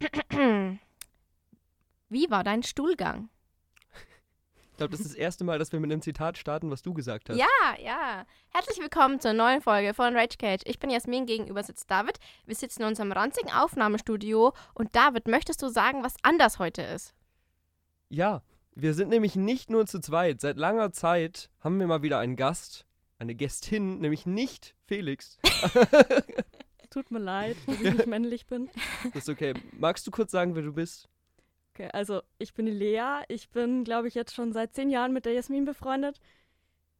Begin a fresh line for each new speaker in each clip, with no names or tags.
Wie war dein Stuhlgang?
Ich glaube, das ist das erste Mal, dass wir mit einem Zitat starten, was du gesagt hast.
Ja, Ah, ja. Herzlich willkommen zur neuen Folge von Rage Cage. Ich bin Jasmin, gegenüber sitzt David. Wir sitzen in unserem ranzigen Aufnahmestudio. Und David, möchtest du sagen, was anders heute ist?
Ja, wir sind nämlich nicht nur zu zweit. Seit langer Zeit haben wir mal wieder einen Gast, eine Gästin, nämlich nicht Felix.
Tut mir leid, dass ich nicht männlich bin.
Das ist okay. Magst du kurz sagen, wer du bist?
Okay, also ich bin die Lea. Ich bin, glaube ich, jetzt schon seit zehn Jahren mit der Jasmin befreundet.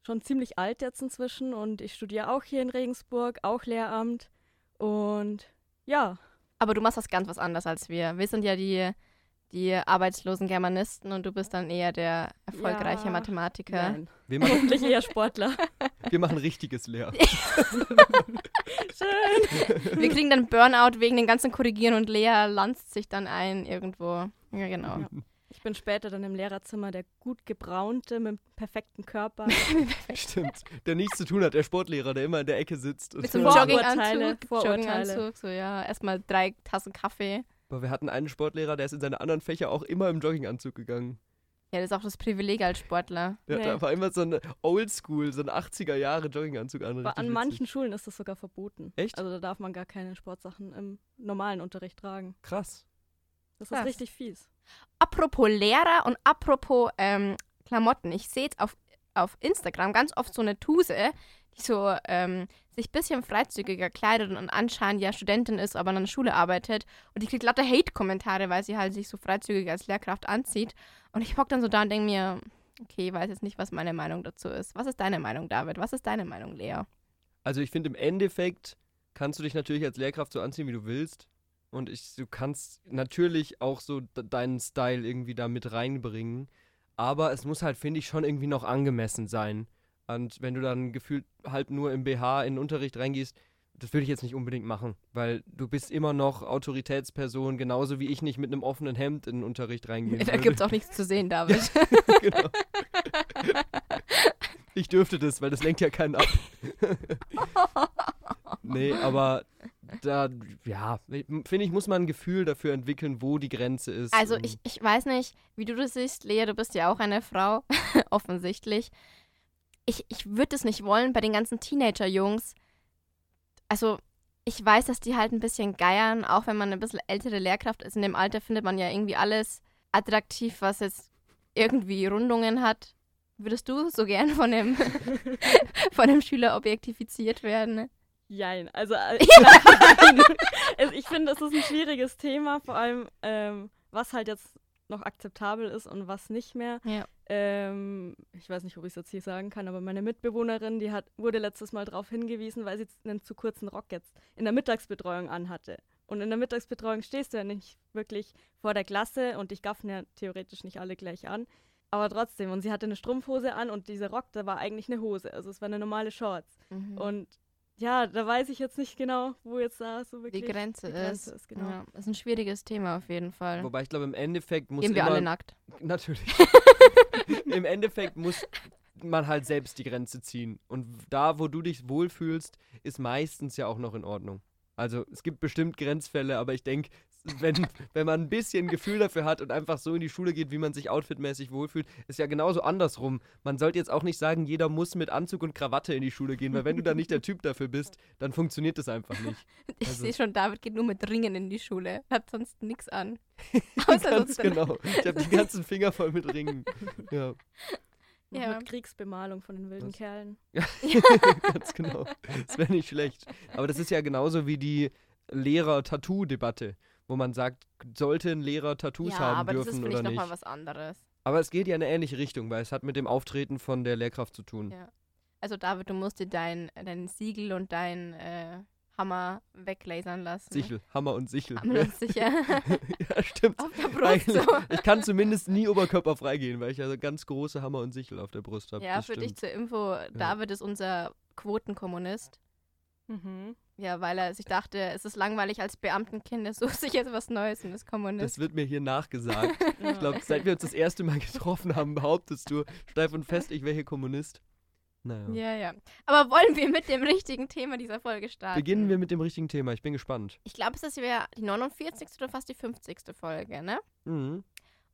Schon ziemlich alt jetzt inzwischen und ich studiere auch hier in Regensburg, auch Lehramt. Und ja,
Aber du machst was ganz was anderes als wir. Wir sind ja die, die arbeitslosen Germanisten und du bist dann eher der erfolgreiche
Ja.
Mathematiker.
nein.
Wir machen,
Hoffentlich eher Sportler.
wir machen richtiges Lehr.
Schön.
Wir kriegen dann Burnout wegen den ganzen Korrigieren und Lea lanzt sich dann ein irgendwo. Ja, genau.
Ich bin später dann im Lehrerzimmer der gut gebraunte mit dem perfekten Körper.
Stimmt. Der nichts zu tun hat, der Sportlehrer, der immer in der Ecke sitzt.
Mit so einem
Vorurteile,
Jogginganzug,
Vorurteile.
Jogginganzug, so ja, erstmal drei Tassen Kaffee.
Aber wir hatten einen Sportlehrer, der ist in seine anderen Fächer auch immer im Jogginganzug gegangen.
Ja, das ist auch das Privileg als Sportler.
Der
Nee.
hatte aber immer so einen Oldschool, so einen 80er-Jahre-Jogginganzug an.
Aber
richtig
an
witzig.
manchen Schulen ist das sogar verboten.
Echt?
Also da darf man gar keine Sportsachen im normalen Unterricht tragen.
Krass.
Das
Krass.
ist richtig fies.
Apropos Lehrer und apropos ähm, Klamotten. Ich sehe jetzt auf, auf Instagram ganz oft so eine Tuse, die so ähm, sich ein bisschen freizügiger kleidet und anscheinend ja Studentin ist, aber an der Schule arbeitet. Und die kriegt lauter Hate-Kommentare, weil sie halt sich so freizügig als Lehrkraft anzieht. Und ich hock dann so da und denke mir, okay, ich weiß jetzt nicht, was meine Meinung dazu ist. Was ist deine Meinung, David? Was ist deine Meinung, Lea?
Also ich finde im Endeffekt kannst du dich natürlich als Lehrkraft so anziehen, wie du willst. Und ich, du kannst natürlich auch so de- deinen Style irgendwie da mit reinbringen. Aber es muss halt, finde ich, schon irgendwie noch angemessen sein. Und wenn du dann gefühlt halb nur im BH in den Unterricht reingehst, das würde ich jetzt nicht unbedingt machen, weil du bist immer noch Autoritätsperson, genauso wie ich nicht mit einem offenen Hemd in den Unterricht reingehen
Da
würde.
gibt es auch nichts zu sehen, David.
genau. Ich dürfte das, weil das lenkt ja keinen ab. nee, aber da, ja, finde ich, muss man ein Gefühl dafür entwickeln, wo die Grenze ist.
Also
und-
ich, ich weiß nicht, wie du das siehst, Lea, du bist ja auch eine Frau, offensichtlich. Ich, ich würde es nicht wollen bei den ganzen Teenager-Jungs. Also ich weiß, dass die halt ein bisschen geiern, auch wenn man ein bisschen ältere Lehrkraft ist. In dem Alter findet man ja irgendwie alles attraktiv, was jetzt irgendwie Rundungen hat. Würdest du so gern von dem, von dem Schüler objektifiziert werden?
Jein. Also, äh, nein. also ich finde, das ist ein schwieriges Thema, vor allem ähm, was halt jetzt noch akzeptabel ist und was nicht mehr.
Ja.
Ähm, ich weiß nicht, ob ich es jetzt hier sagen kann, aber meine Mitbewohnerin, die hat, wurde letztes Mal darauf hingewiesen, weil sie jetzt einen zu kurzen Rock jetzt in der Mittagsbetreuung anhatte. Und in der Mittagsbetreuung stehst du ja nicht wirklich vor der Klasse und dich gaffen ja theoretisch nicht alle gleich an. Aber trotzdem, und sie hatte eine Strumpfhose an und dieser Rock, da war eigentlich eine Hose. Also es war eine normale Shorts.
Mhm.
Und ja, da weiß ich jetzt nicht genau, wo jetzt da so
die
wirklich
Grenze,
die Grenze ist. genau.
Ja, ist ein schwieriges Thema auf jeden Fall.
Wobei ich glaube, im Endeffekt muss
Gehen wir
immer,
alle nackt.
Natürlich. Im Endeffekt muss man halt selbst die Grenze ziehen. Und da, wo du dich wohlfühlst, ist meistens ja auch noch in Ordnung. Also es gibt bestimmt Grenzfälle, aber ich denke, wenn, wenn man ein bisschen Gefühl dafür hat und einfach so in die Schule geht, wie man sich outfitmäßig wohlfühlt, ist ja genauso andersrum. Man sollte jetzt auch nicht sagen, jeder muss mit Anzug und Krawatte in die Schule gehen, weil wenn du da nicht der Typ dafür bist, dann funktioniert das einfach nicht.
Ich
Also-
sehe schon, David geht nur mit Ringen in die Schule, hat sonst nichts an. Außer
Ganz
sonst genau.
genau. Ich habe die ganzen Finger voll mit Ringen. Ja.
Noch
Ja.
Mit Kriegsbemalung von den wilden
Das-
Kerlen.
Ganz genau. Das wäre nicht schlecht. Aber das ist ja genauso wie die Lehrer-Tattoo-Debatte, wo man sagt, sollte ein Lehrer Tattoos
Ja,
haben
aber das ist,
dürfen
finde ich,
oder
nochmal
nicht.
was anderes.
Aber es geht ja in eine ähnliche Richtung, weil es hat mit dem Auftreten von der Lehrkraft zu tun.
Ja. Also, David, du musst dir dein, dein Siegel und dein äh, Hammer weglasern lassen.
Sichel, Hammer und Sichel.
Haben wir uns sicher
ja, stimmt.
auf der Oh, Brust.
Eigentlich-
So.
Ich kann zumindest nie Oberkörper freigehen, weil ich ja so ganz große Hammer und Sichel auf der Brust habe.
Ja,
das
für dich
stimmt.
zur Info, David ist unser Quotenkommunist.
Mhm.
Ja, weil er sich dachte, es ist langweilig als Beamtenkind, er sucht sich jetzt was Neues und ist Kommunist.
Das wird mir hier nachgesagt. Ich glaube, seit wir uns das erste Mal getroffen haben, behauptest du steif und fest, ich wäre hier Kommunist. Naja.
ja, ja. Aber wollen wir mit dem richtigen Thema dieser Folge starten?
Beginnen wir mit dem richtigen Thema. Ich bin gespannt.
Ich glaube, es ist ja die 49. oder fast die 50. Folge, ne?
Mhm.
Und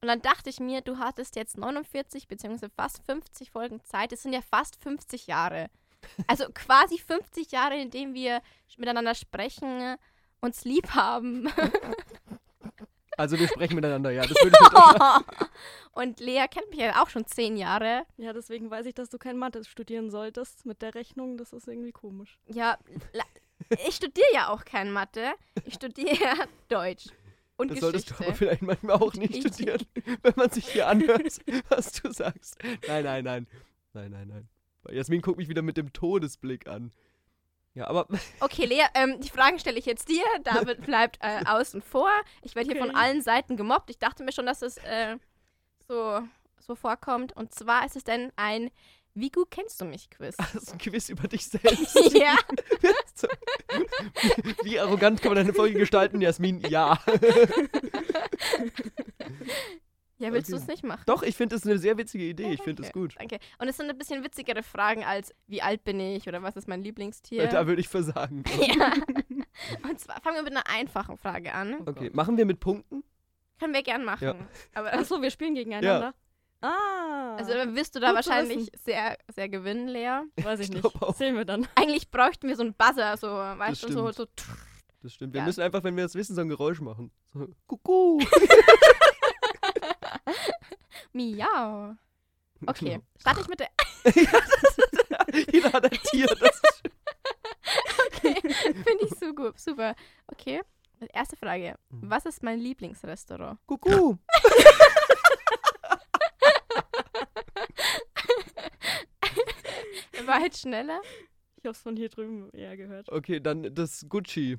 Und dann dachte ich mir, du hattest jetzt 49 bzw. fast 50 Folgen Zeit. Das sind ja fast 50 Jahre. Also quasi 50 Jahre, in denen wir miteinander sprechen, uns lieb haben.
Also wir sprechen miteinander, ja. Das würde ich
Und Lea kennt mich ja auch schon 10 Jahre.
Ja, deswegen weiß ich, dass du kein Mathe studieren solltest mit der Rechnung. Das ist irgendwie komisch.
Ja, la- ich studiere ja auch kein Mathe. Ich studiere ja Deutsch und
das solltest du
Geschichte.
aber vielleicht manchmal auch nicht
Geschichte.
studieren, wenn man sich hier anhört, was du sagst. Nein, nein, nein. Nein, nein, nein. Jasmin guckt mich wieder mit dem Todesblick an. Ja, aber
Okay, Lea, ähm, die Fragen stelle ich jetzt dir. David bleibt äh, außen vor. Ich werde hier von
Okay.
allen Seiten gemobbt. Ich dachte mir schon, dass es äh, so, so vorkommt. Und zwar ist es denn ein Wie gut kennst du mich Quiz?
das ist ein Quiz über dich selbst.
ja,
So. wie, wie arrogant kann man eine Folge gestalten, Jasmin? Ja.
ja willst
Okay.
du es nicht machen?
Doch, ich finde es eine sehr witzige Idee. Ich finde es gut.
Danke. Und es sind ein bisschen witzigere Fragen als Wie alt bin ich oder Was ist mein Lieblingstier?
Da würde ich versagen.
ja. Und zwar fangen wir mit einer einfachen Frage an.
Okay, machen wir mit Punkten?
Können wir gern machen.
Ja.
Aber das,
Achso, wir spielen gegeneinander. Ah,
also dann wirst du da
Gut zu
wahrscheinlich sehr, sehr gewinnen, Lea.
weiß ich
Ich
nicht.
glaub auch.
Sehen wir dann.
Eigentlich bräuchten wir so einen Buzzer, so, weißt du, so,
stimmt.
so tsch,
Das stimmt. Wir
Ja.
müssen einfach, wenn wir das wissen, so ein Geräusch machen. So, Kuckuck.
miau. Okay, starte ich mit der.
Jeder hat ein Tier. Das ist
Okay, finde ich so gut, super. Okay, erste Frage. Was ist mein Lieblingsrestaurant?
Kuckuck.
War halt schneller.
Ich hab's von hier drüben eher gehört.
Okay, dann das Gucci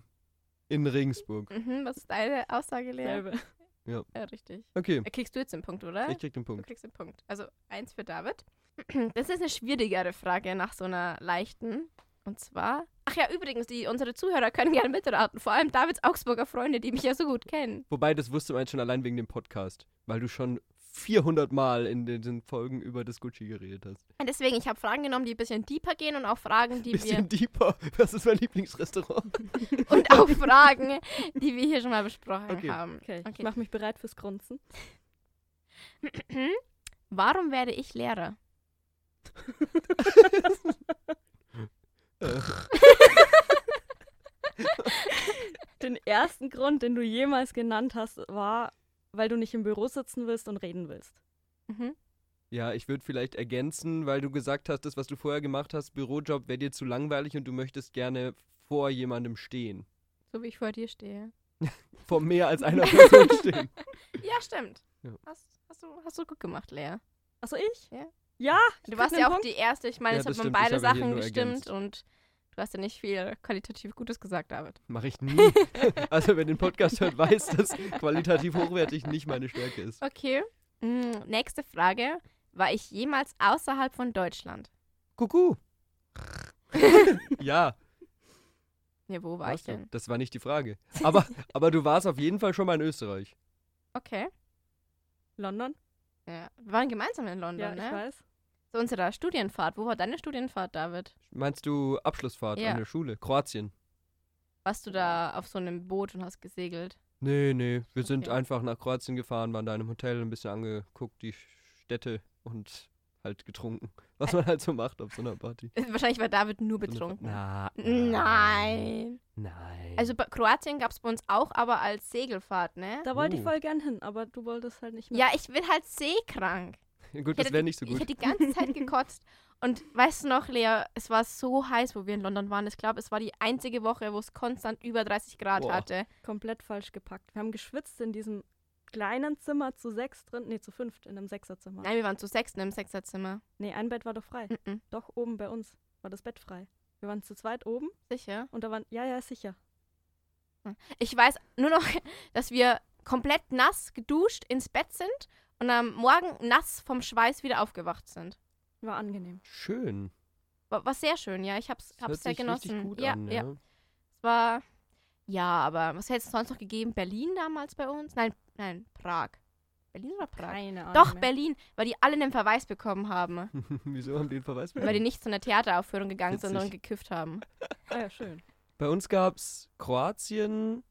in Regensburg.
Mhm, was ist deine Aussage, Lea?
Selbe.
Ja, richtig.
Okay,
Äh, Kriegst du jetzt den Punkt, oder?
ich krieg den
Du
Punkt.
kriegst den Punkt. Also eins für David. Das ist eine schwierigere Frage nach so einer leichten. Und zwar. Ach ja, übrigens, die, unsere Zuhörer können gerne mitraten. Vor allem Davids Augsburger Freunde, die mich ja so gut kennen.
Wobei, das wusste man jetzt schon allein wegen dem Podcast, weil du schon 400 Mal in den, den Folgen über das Gucci geredet hast.
Und deswegen, ich habe Fragen genommen, die ein bisschen deeper gehen und auch Fragen, die wir.
Bisschen deeper. Das ist mein Lieblingsrestaurant.
Und auch Fragen, die wir hier schon mal besprochen
Okay.
haben.
Okay, ich
Okay.
mach mich bereit fürs Grunzen.
Warum werde ich Lehrer?
Äh,
Den ersten Grund, den du jemals genannt hast, war, weil du nicht im Büro sitzen willst und reden willst.
Mhm.
ja, ich würde vielleicht ergänzen, weil du gesagt hast, das, was du vorher gemacht hast, Bürojob, wäre dir zu langweilig und du möchtest gerne vor jemandem stehen.
So wie ich vor dir stehe.
Vor mehr als einer Person stehen.
Ja, stimmt.
Ja.
Hast, hast, du, hast du gut gemacht, Lea.
Achso, ich?
Ja.
Ja,
Du
krieg
warst
einen
ja auch
Punkt.
die Erste. Ich meine,
Ja,
es
das
hat man
stimmt, das
beide
habe ich hier
Sachen
nur
gestimmt
ergänzt.
und du hast ja nicht viel qualitativ Gutes gesagt, David.
Mache ich nie. Also, wer den Podcast hört, weiß, dass qualitativ hochwertig nicht meine Stärke ist.
Okay. Mm, nächste Frage. War ich jemals außerhalb von Deutschland?
Kuckuck. ja,
Ne, wo war ich
warst du.
denn?
das war nicht die Frage. Aber, aber du warst auf jeden Fall schon mal in Österreich.
Okay.
London?
Ja. Wir waren gemeinsam in London,
Ja,
ne?
ich weiß.
Zu unserer Studienfahrt. Wo war deine Studienfahrt, David?
Meinst du Abschlussfahrt
Ja.
an der Schule? Kroatien?
Warst du da auf so einem Boot und hast gesegelt?
Nee, nee. Wir sind
Okay.
einfach nach Kroatien gefahren, waren da in einem Hotel, ein bisschen angeguckt, die Städte und halt getrunken. Was man halt so macht auf so einer Party.
Äh, Wahrscheinlich war David nur
So eine-
betrunken.
Na,
Nein.
Nein.
Also bei Kroatien gab es bei uns auch, aber als Segelfahrt, ne?
Da wollte ich
Oh.
voll gern hin, aber du wolltest halt nicht mehr.
Ja, ich bin halt seekrank.
gut, das
hätte die-
wäre nicht so
Ich
gut.
hätte die ganze Zeit gekotzt. Und weißt du noch, Lea, es war so heiß, wo wir in London waren. Ich glaube, es war die einzige Woche, wo es konstant über 30 Grad
Boah.
hatte.
Komplett falsch gepackt. Wir haben geschwitzt in diesem kleinen Zimmer zu sechs drin. Nee, zu fünft, in einem Sechserzimmer.
Nein, wir waren zu sechs in einem Sechserzimmer.
Nee, ein Bett war doch frei.
Mhm.
Doch, oben bei uns war das Bett frei. Wir waren zu zweit oben
Sicher.
und da waren, ja, ja, sicher.
Ich weiß nur noch, dass wir komplett nass geduscht ins Bett sind und am Morgen nass vom Schweiß wieder aufgewacht sind.
War angenehm.
Schön.
War, war sehr schön, ja. Ich hab's,
Das hört
hab's sehr
sich
genossen.
richtig gut
ja,
an,
ja.
ja.
Es war. Ja, aber was hätte es sonst noch gegeben? Berlin damals bei uns? Nein, nein, Prag. Berlin oder Prag?
Keine Ahnung.
Doch,
mehr.
Berlin, weil die alle einen Verweis bekommen haben.
Wieso haben die den Verweis
Weil die nicht zu einer Theateraufführung gegangen sind,
Witzig.
sondern gekifft haben.
Ah, ja, schön.
Bei uns gab es Kroatien,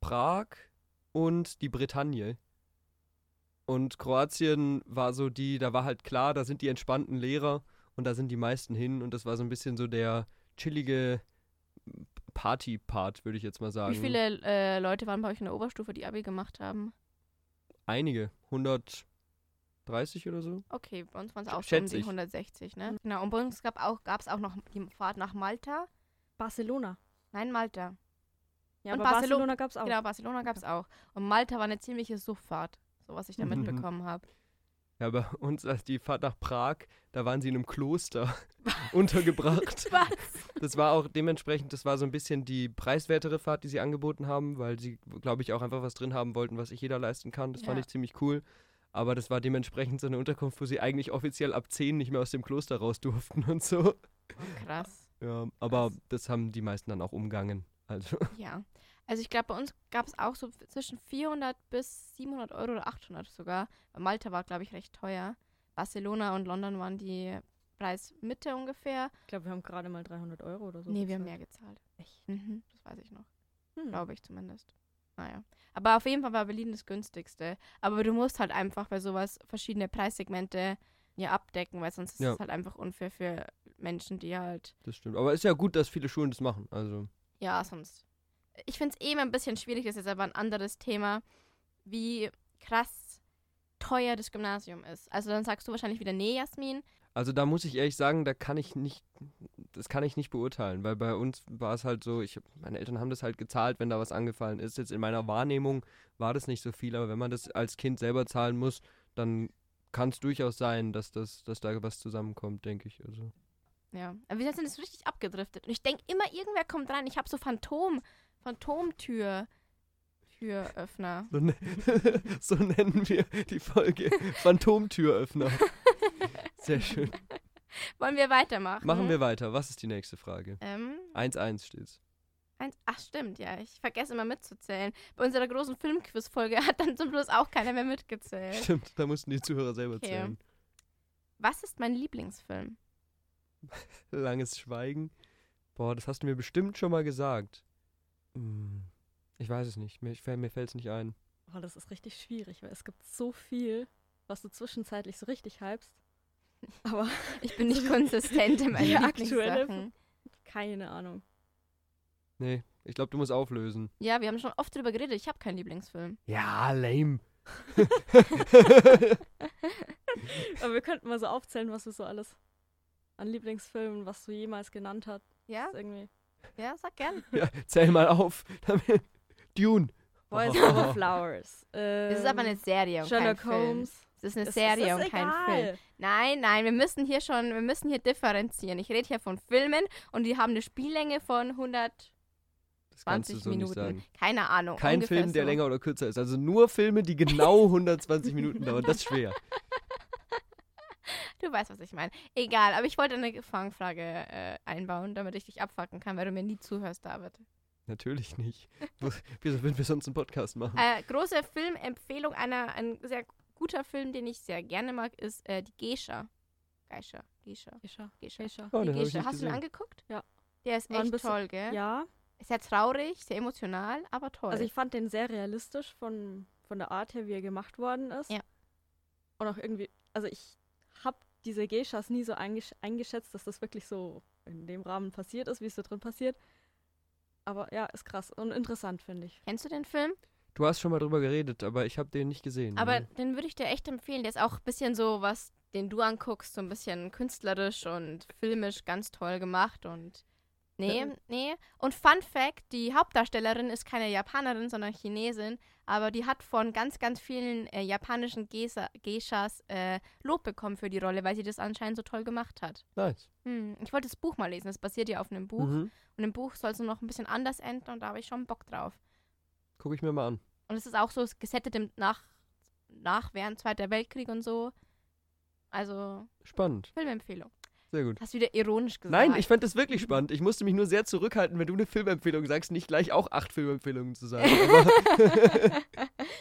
Prag und die Bretagne. Und Kroatien war so die, da war halt klar, da sind die entspannten Lehrer und da sind die meisten hin. Und das war so ein bisschen so der chillige Party-Part, würde ich jetzt mal sagen.
Wie viele äh, Leute waren bei euch in der Oberstufe, die Abi gemacht haben?
Einige. 130 oder so.
Okay, bei uns waren es auch schon um
Schätze
die
ich.
160, ne?
Mhm.
Genau, und bei uns gab es auch, gab's auch noch die Fahrt nach Malta.
Barcelona.
Nein, Malta.
Ja,
Und
aber
Barcelo-
Barcelona gab es auch.
Genau, Barcelona gab es auch. Und Malta war eine ziemliche Suchtfahrt, so was ich da
Mhm.
mitbekommen habe.
Ja, bei uns, als die Fahrt nach Prag, da waren sie in einem Kloster untergebracht.
Was?
Das war auch dementsprechend, das war so ein bisschen die preiswertere Fahrt, die sie angeboten haben, weil sie, glaube ich, auch einfach was drin haben wollten, was sich jeder leisten kann. Das fand
Ja.
ich ziemlich cool. Aber das war dementsprechend so eine Unterkunft, wo sie eigentlich offiziell ab 10 nicht mehr aus dem Kloster raus durften und so.
Krass.
Ja, aber
Krass.
das haben die meisten dann auch umgangen. Also,
Ja. Also ich glaube, bei uns gab es auch so zwischen 400 bis 700 Euro oder 800 sogar. Bei Malta war, glaube ich, recht teuer. Barcelona und London waren die Preismitte ungefähr.
Ich glaube, wir haben gerade mal 300 Euro oder so.
nee, wir haben mehr gezahlt.
bezahlt. Echt?
Mhm, das weiß ich noch.
Hm.
Glaube ich zumindest. Naja. Aber auf jeden Fall war Berlin das günstigste. Aber du musst halt einfach bei sowas verschiedene Preissegmente ja abdecken, weil sonst ist
Ja.
es halt einfach unfair für Menschen, die halt,
das stimmt. Aber ist ja gut, dass viele Schulen das machen. Also,
ja, sonst. Ich finde es eben ein bisschen schwierig, das ist jetzt aber ein anderes Thema, wie krass teuer das Gymnasium ist. Also dann sagst du wahrscheinlich wieder, nee, Jasmin.
Also da muss ich ehrlich sagen, da kann ich nicht, das kann ich nicht beurteilen, weil bei uns war es halt so, ich, hab- meine Eltern haben das halt gezahlt, wenn da was angefallen ist. Jetzt in meiner Wahrnehmung war das nicht so viel, aber wenn man das als Kind selber zahlen muss, dann kann es durchaus sein, dass das, dass da was zusammenkommt, denke ich. Also
Ja. Aber wir sind jetzt richtig abgedriftet. Und ich denke immer, irgendwer kommt rein. Ich habe so Phantom, Phantomtür, Türöffner.
so, ne so nennen wir die Folge Phantomtüröffner. Sehr schön.
Wollen wir weitermachen?
Machen wir weiter. Was ist die nächste Frage?
Ähm,
1-1 steht's.
eins, ach stimmt, ja. Ich vergesse immer mitzuzählen. Bei unserer großen Filmquiz-Folge hat dann zum Schluss auch keiner mehr mitgezählt.
Stimmt, da mussten die Zuhörer selber
Äh? Okay.
zählen.
Was ist mein Lieblingsfilm?
Langes Schweigen. Boah, das hast du mir bestimmt schon mal gesagt. Hm, Ich weiß es nicht. Mir, ich, fäll- mir fällt es nicht ein.
Oh, das ist richtig schwierig, weil es gibt so viel, was du zwischenzeitlich so richtig hypst. Aber
Ich bin nicht konsistent in meinen
Die aktuelle
Lieblingssachen.
keine Ahnung.
Nee, ich glaube, du musst auflösen.
Ja, wir haben schon oft drüber geredet. Ich habe keinen Lieblingsfilm.
Ja, lame.
Aber wir könnten mal so aufzählen, was wir so alles an Lieblingsfilmen, was du jemals genannt hast.
Ja,
Ist irgendwie.
ja, sag gern.
ja, zähl mal auf. damit- Dune.
Boys Over Flowers. Ähm,
Es ist aber eine Serie und
Sherlock
kein Film.
Holmes.
Es ist eine
Es- es
Serie
ist
und kein
egal.
Film. Nein, nein, wir müssen hier schon, wir müssen hier differenzieren. Ich rede hier von Filmen und die haben eine Spiellänge von 120
Das kannst du so nicht
Minuten.
sagen.
Keine Ahnung.
Kein
ungefähr
Film, der
so.
länger oder kürzer ist. Also nur Filme, die genau 120 Minuten dauern. Das ist schwer.
Du weißt, was ich meine. Egal, aber ich wollte eine Fangfrage äh, einbauen, damit ich dich abfacken kann, weil du mir nie zuhörst, David.
Natürlich nicht. Wo- Wieso würden wir sonst einen Podcast machen?
Äh, große Filmempfehlung, einer, ein sehr guter Film, den ich sehr gerne mag, ist äh, Die Geisha. Geisha, Geisha,
Isha.
Geisha.
Isha.
Oh,
Die
den hab ich
Geisha.
nicht
Hast du ihn
gesehen.
angeguckt?
Ja.
Der ist
War ein
echt
bisschen-
toll, gell?
Ja,
Sehr traurig, sehr emotional, aber toll.
also ich fand den sehr realistisch von, von der Art her, wie er gemacht worden ist.
Ja.
Und auch irgendwie, also ich habe diese Geishas nie so eingesch eingeschätzt, dass das wirklich so in dem Rahmen passiert ist, wie es da drin passiert. Aber ja, ist krass und interessant, finde ich.
Kennst du den Film?
Du hast schon mal drüber geredet, aber ich habe den nicht gesehen. Mhm.
Aber
Nee.
den würde ich dir echt empfehlen. Der ist auch ein bisschen so, was den du anguckst, so ein bisschen künstlerisch und filmisch ganz toll gemacht und. Nee,
Ähm.
nee. Und Fun Fact: Die Hauptdarstellerin ist keine Japanerin, sondern Chinesin, aber die hat von ganz, ganz vielen äh, japanischen Geisa- Geishas äh, Lob bekommen für die Rolle, weil sie das anscheinend so toll gemacht hat.
Nice.
Hm. Ich wollte das Buch mal lesen, das basiert ja auf einem Buch.
Mhm.
Und im Buch soll es noch ein bisschen anders enden und da habe ich schon Bock drauf.
Guck ich mir mal an.
Und es ist auch so gesettet im nach, nach während Zweiter Weltkrieg und so. Also,
Spannend.
Filmempfehlung.
Sehr gut.
Hast du wieder ironisch gesagt.
Nein, ich fand das wirklich spannend. Ich musste mich nur sehr zurückhalten, wenn du eine Filmempfehlung sagst, nicht gleich auch acht Filmempfehlungen zu sagen. Aber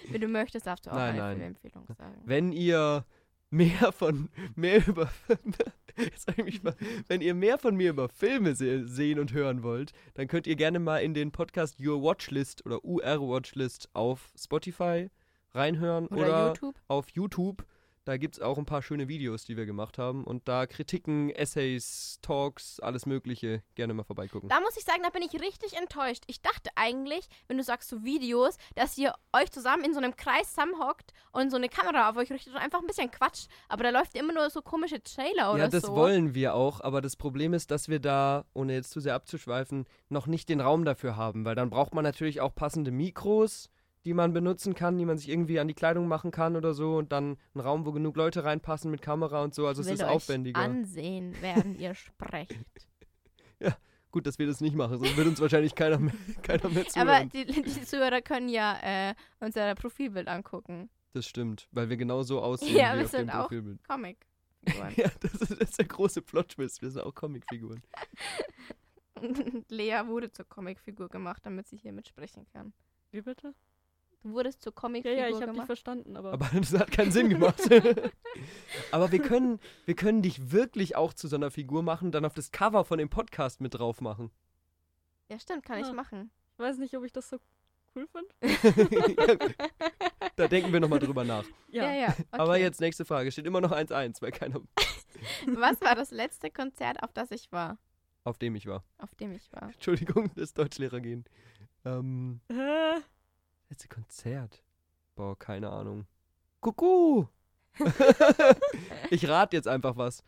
Wenn du möchtest, darfst du auch
Nein,
eine
nein.
Filmempfehlung sagen.
wenn ihr mehr von mehr über jetzt sag ich mich mal, wenn ihr mehr von mir über Filme se sehen und hören wollt, dann könnt ihr gerne mal in den Podcast Your Watchlist oder UR Watchlist auf Spotify reinhören
Oder,
oder,
YouTube.
auf YouTube. Da gibt es auch ein paar schöne Videos, die wir gemacht haben. Und da Kritiken, Essays, Talks, alles Mögliche. Gerne mal vorbeigucken.
Da muss ich sagen, da bin ich richtig enttäuscht. Ich dachte eigentlich, wenn du sagst so Videos, dass ihr euch zusammen in so einem Kreis zusammenhockt und so eine Kamera auf euch richtet und einfach ein bisschen quatscht. Aber da läuft immer nur so komische Trailer oder
ja, das
so.
wollen wir auch, aber das Problem ist, dass wir da, ohne jetzt zu sehr abzuschweifen, noch nicht den Raum dafür haben, weil dann braucht man natürlich auch passende Mikros, die man benutzen kann, die man sich irgendwie an die Kleidung machen kann oder so und dann einen Raum, wo genug Leute reinpassen mit Kamera und so, also es
Will
ist
euch
aufwendiger.
ansehen, während ihr sprecht.
Gut, dass wir das nicht machen, sonst wird uns wahrscheinlich keiner mehr, keiner mehr zuhören.
Aber die, die Zuhörer können ja äh, unser Profilbild angucken.
das stimmt, weil wir genau so aussehen
Ja,
wie
wir
auf dem
sind auch-
Profilbild.
Comic.
Ja, das ist, das ist der große Plot-Twist, wir sind auch Comicfiguren.
Lea wurde zur Comicfigur gemacht, damit sie hier mitsprechen kann.
Wie bitte?
Du wurdest zur
Ja,
Comicfigur
ja, ich habe dich
gemacht.
verstanden, aber,
Aber das hat keinen Sinn gemacht. Aber wir können, wir können dich wirklich auch zu so einer Figur machen, dann auf das Cover von dem Podcast mit drauf machen.
Ja, stimmt, kann
Ja.
ich machen.
ich weiß nicht, ob ich das so cool finde.
da denken wir nochmal drüber nach.
Ja, ja.
Aber
okay.
jetzt nächste Frage. Steht immer noch 1-1, weil keiner,
Was war das letzte Konzert, auf das ich war?
auf dem ich war.
Auf dem ich war.
Entschuldigung, das Deutschlehrer gehen. Ähm,
Hä?
letzte Konzert. Boah, keine Ahnung. Kuckuck! ich rate jetzt einfach was.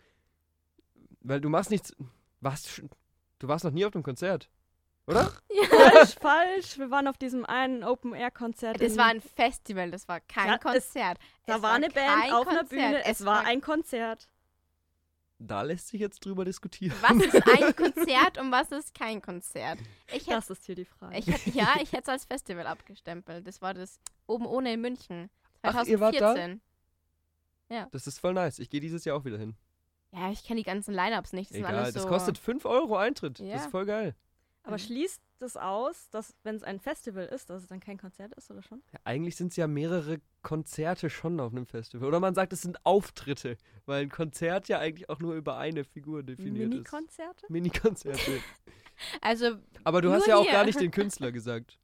Weil du machst nichts. Was? sch- Du warst noch nie auf einem Konzert. Oder?
falsch, falsch. Wir waren auf diesem einen Open-Air-Konzert.
Das
in-
war ein Festival, das war kein
Ja, es-
Konzert.
Da
Es
war eine Band
kein
auf einer
Konzert.
Bühne. Es war ein Konzert.
Da lässt sich jetzt drüber diskutieren.
Was ist ein Konzert und was ist kein Konzert? Ich hätte,
Das ist hier die Frage.
ich hätte, ja, ich hätte es als Festival abgestempelt. Das war das Oben ohne in München.
Ach,
2014.
ihr wart da? Das ist voll nice. Ich gehe dieses Jahr auch wieder hin.
Ja, ich kenne die ganzen Lineups nicht. Das sind
Egal,
alles so.
das kostet 5 Euro Eintritt.
Ja.
Das ist voll geil.
aber
Mhm.
schließt das aus, dass wenn es ein Festival ist, dass es dann kein Konzert ist oder schon?
Ja, eigentlich sind es ja mehrere Konzerte schon auf einem Festival. Oder man sagt, es sind Auftritte, weil ein Konzert ja eigentlich auch nur über eine Figur definiert ist.
Mini-Konzerte?
Mini-Konzerte.
Also
Aber du hast
Nur
ja auch
hier.
gar nicht den Künstler gesagt.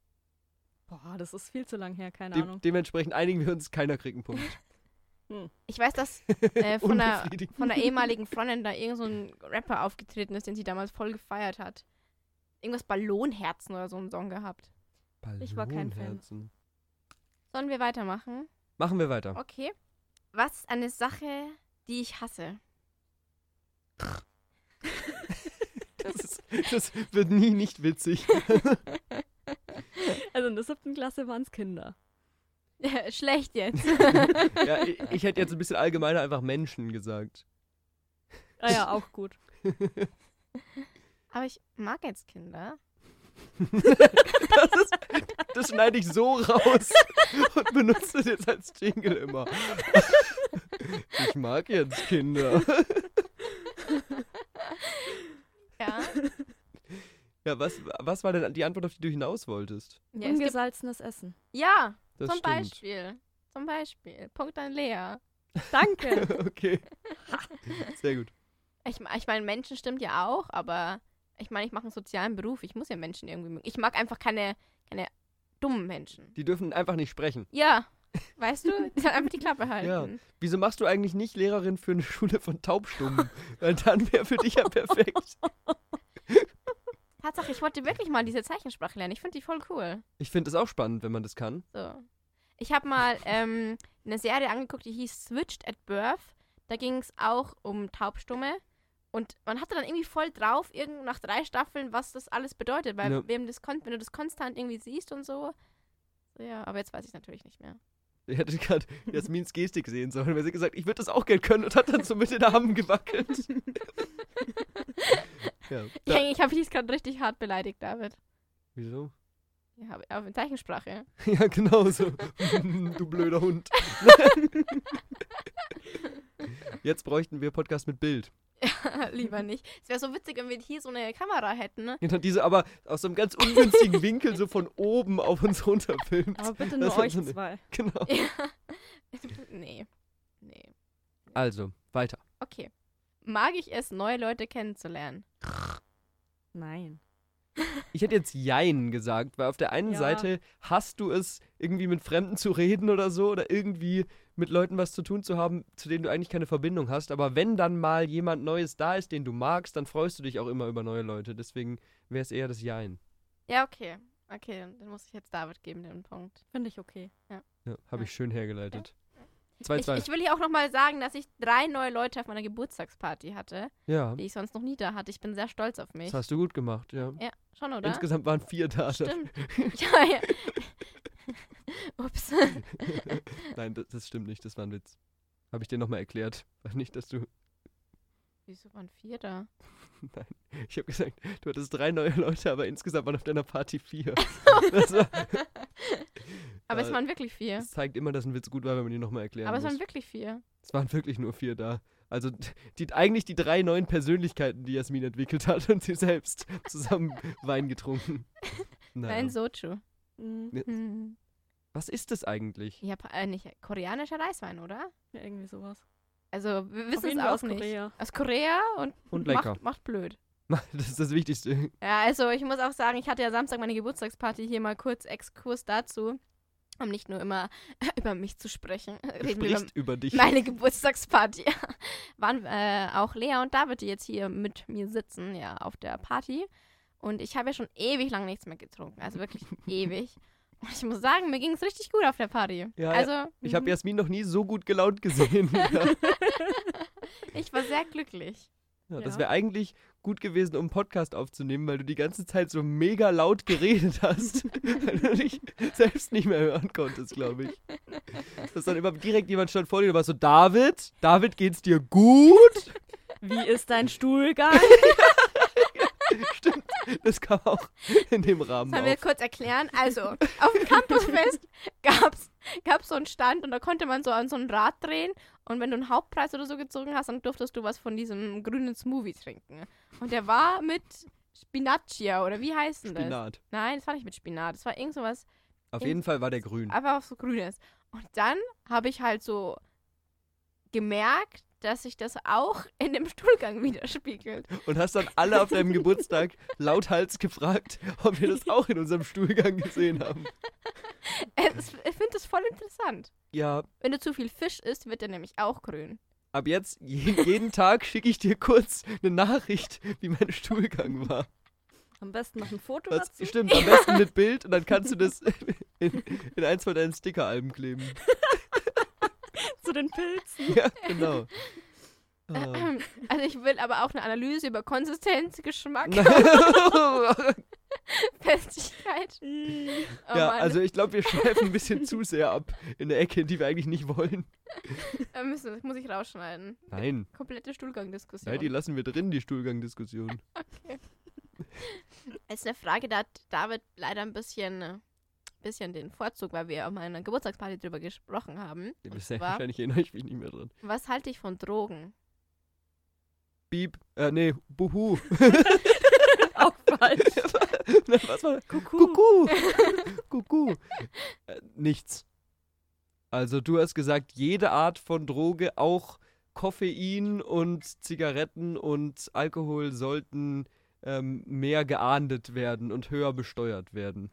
Boah, das ist viel zu lang her, keine
Dem-
Ahnung.
dementsprechend einigen wir uns, keiner kriegt einen Punkt.
Ich weiß, dass äh, von, einer,
Unbefriedigend.
von einer ehemaligen Freundin da irgend so ein Rapper aufgetreten ist, den sie damals voll gefeiert hat. Irgendwas Ballonherzen oder so einen Song gehabt.
Ich war kein Fan.
Ballonherzen.
Sollen wir weitermachen?
Machen wir weiter.
Okay. Was ist eine Sache, die ich hasse?
Das, ist, das wird nie nicht witzig.
Also in der siebten Klasse waren es Kinder.
Schlecht jetzt.
Ja, ich, ich hätte jetzt ein bisschen allgemeiner einfach Menschen gesagt.
Ah ja, auch gut.
Aber ich mag jetzt Kinder.
Das, ist, das schneide ich so raus und benutze das jetzt als Jingle immer. Ich mag jetzt Kinder.
Ja.
Ja, was, was war denn die Antwort, auf die du hinaus wolltest?
Ja, es gibt,
Ungesalzenes Essen.
ja
Das
zum
stimmt.
Beispiel. Zum Beispiel. Punkt an Lea.
Danke.
Okay. Sehr gut.
Ich, ich meine, Menschen stimmt ja auch, aber ich meine, ich mache einen sozialen Beruf. Ich muss ja Menschen irgendwie mögen. Ich mag einfach keine, keine dummen Menschen.
Die dürfen einfach nicht sprechen.
Ja, weißt du, die sollen einfach die Klappe halten.
Wieso machst du eigentlich nicht Lehrerin für eine Schule von Taubstummen? Weil dann wäre für dich ja perfekt.
Tatsache, ich wollte wirklich mal diese Zeichensprache lernen. Ich finde die voll cool.
Ich finde es auch spannend, wenn man das kann.
So. Ich habe mal ähm, eine Serie angeguckt, die hieß Switched at Birth. Da ging es auch um Taubstumme. Und man hatte dann irgendwie voll drauf, irgend nach drei Staffeln, was das alles bedeutet. Weil
Ja.
wem das kon- wenn du das konstant irgendwie siehst und so. Ja, aber jetzt weiß ich natürlich nicht mehr.
Ich hätte gerade Jasmins Gestik sehen sollen, weil sie gesagt ich würde das auch gern können und hat dann so mit den Armen gewackelt. ja,
Ich,
da,
denk, ich habe dich gerade richtig hart beleidigt, David.
wieso?
Ja, hab- auf in Zeichensprache.
Ja, genau so. du blöder Hund. Jetzt bräuchten wir Podcast mit Bild.
Lieber nicht. Es wäre so witzig, wenn wir hier so eine Kamera hätten. Ne?
Genau, diese aber aus so einem ganz ungünstigen Winkel so von oben auf uns runterfilmt.
Aber bitte nur
Das war
euch
so eine-
zwei.
Genau.
Ja. nee. Nee.
Also, weiter.
Okay. Mag ich es, neue Leute kennenzulernen?
Nein.
Ich hätte jetzt Jein gesagt, weil auf der einen
Ja.
Seite hast du es, irgendwie mit Fremden zu reden oder so oder irgendwie mit Leuten was zu tun zu haben, zu denen du eigentlich keine Verbindung hast. Aber wenn dann mal jemand Neues da ist, den du magst, dann freust du dich auch immer über neue Leute. Deswegen wäre es eher das Jein.
Ja, okay. Okay, dann dann muss ich jetzt David geben, den Punkt.
Finde ich okay.
Ja, Habe ich schön hergeleitet.
Ich,
2-2.
ich will hier auch nochmal sagen, dass ich drei neue Leute auf meiner Geburtstagsparty hatte,
Ja,
die ich sonst noch nie da hatte. Ich bin sehr stolz auf mich.
das hast du gut gemacht, ja.
Ja, schon, oder?
Insgesamt waren vier da.
Stimmt. ja, ja. Ups.
Nein, das, das stimmt nicht, das war ein Witz. Habe ich dir nochmal erklärt. Nicht, dass du.
Wieso waren vier da?
Ich habe gesagt, du hattest drei neue Leute, aber insgesamt waren auf deiner Party vier. Das, war,
Aber es
Äh,
waren wirklich vier.
das zeigt immer, dass ein Witz gut war, wenn man ihn nochmal erklären
Aber es
muss.
waren wirklich vier.
es waren wirklich nur vier da. Also die, eigentlich die drei neuen Persönlichkeiten, die Jasmin entwickelt hat und sie selbst zusammen Wein getrunken. Naja.
Nein, Soju.
Mhm.
Ja.
Hm.
Was ist das eigentlich?
Ja, pa- äh, nicht koreanischer Reiswein, oder?
Ja, irgendwie sowas.
Also, wir
Auf
wissen
jeden
es
Fall
auch
aus
nicht.
Korea.
Aus Korea und,
Und lecker.
Macht, macht blöd.
Das ist das Wichtigste.
Ja, also ich muss auch sagen, ich hatte ja Samstag meine Geburtstagsparty hier mal kurz Exkurs dazu, um nicht nur immer über mich zu sprechen.
Du
Reden wir über
sprichst über dich.
meine Geburtstagsparty. Waren äh, auch Lea und David, die jetzt hier mit mir sitzen, ja, auf der Party. Und ich habe ja schon ewig lang nichts mehr getrunken. Also wirklich ewig. Und ich muss sagen, mir ging es richtig gut auf der Party.
Ja, ja.
also
Ich habe Jasmin noch nie so gut gelaunt gesehen. ja.
ich war sehr glücklich.
Ja, das
Ja.
wäre eigentlich gut gewesen, um einen Podcast aufzunehmen, weil du die ganze Zeit so mega laut geredet hast, weil du dich selbst nicht mehr hören konntest, glaube ich. Dass dann immer direkt jemand stand vor dir und war so, David, David, geht's dir gut?
Wie ist dein Stuhlgang?
Stimmt, das kam auch in dem Rahmen
Sollen wir
auf.
kurz erklären? Also, auf dem Campusfest gab es gab's so einen Stand und da konnte man so an so ein Rad drehen und wenn du einen Hauptpreis oder so gezogen hast, dann durftest du was von diesem grünen Smoothie trinken. Und der war mit Spinaccia oder wie heißt denn das?
Spinat.
Nein, das war nicht mit Spinat, das war irgend sowas,
Auf jeden Fall war der grün.
einfach was so Grünes. Und dann habe ich halt so gemerkt, dass sich das auch in dem Stuhlgang widerspiegelt.
Und hast dann alle auf deinem Geburtstag lauthals gefragt, ob wir das auch in unserem Stuhlgang gesehen haben.
Es- Ich finde das voll interessant.
Ja,
Wenn du zu viel Fisch isst, wird er nämlich auch grün.
Ab jetzt, je, jeden Tag schicke ich dir kurz eine Nachricht, wie mein Stuhlgang war.
Am besten noch ein Foto
Das
dazu.
stimmt, am besten mit Bild und dann kannst du das in, in eins von deinen Stickeralben kleben.
Zu den Pilzen.
Ja, genau. Ah.
Also ich will aber auch eine Analyse über Konsistenz, Geschmack, Festigkeit.
Ih.
Oh
ja,
Mann,
also ich glaube, wir schweifen ein bisschen zu sehr ab in der Ecke, in die wir eigentlich nicht wollen.
da müssen, das muss ich rausschneiden.
Nein,
Komplette
nein, die
Stuhlgangdiskussion.
lassen wir drin, die Stuhlgang-Diskussion.
Das ist eine Frage, da hat David leider ein bisschen, äh, bisschen den Vorzug, weil wir auf meiner Geburtstagsparty drüber gesprochen haben.
Ja,
Und
bisher-
zwar,
Wahrscheinlich erinnere ich mich nicht mehr dran.
was halte ich von Drogen?
Beep, äh, nee, buhu.
Auch falsch.
Na, Was war
Kuckuck.
Kuckuck. Kuckuck. Äh, nichts. Also du hast gesagt, jede Art von Droge, auch Koffein und Zigaretten und Alkohol sollten ähm, mehr geahndet werden und höher besteuert werden.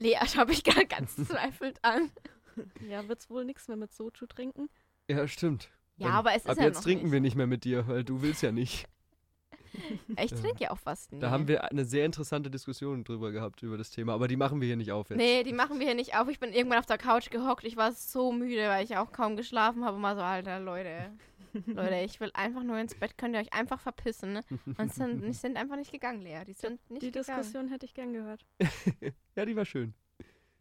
Lea, schaue ich gar ganz zweifelnd
Ähm,
an.
Ja, wird's wohl nichts mehr mit Soju trinken.
Ja, stimmt.
Ja,
Dann
aber es ist
Ab
ja
jetzt
noch
trinken wir
nicht.
nicht mehr mit dir, weil du willst ja nicht.
Ich trinke ja auch fast nie.
Da haben wir eine sehr interessante Diskussion drüber gehabt, über das Thema, aber die machen wir hier nicht auf jetzt.
Nee, die machen wir hier nicht auf. Ich bin irgendwann auf der Couch gehockt. Ich war so müde, weil ich auch kaum geschlafen habe. Und mal so, Alter, Leute. Leute, ich will einfach nur ins Bett. Könnt ihr euch einfach verpissen? Und sind, die sind einfach nicht gegangen, Lea. Die sind nicht
Die
gegangen.
Diskussion hätte ich gern gehört.
Ja, die war schön.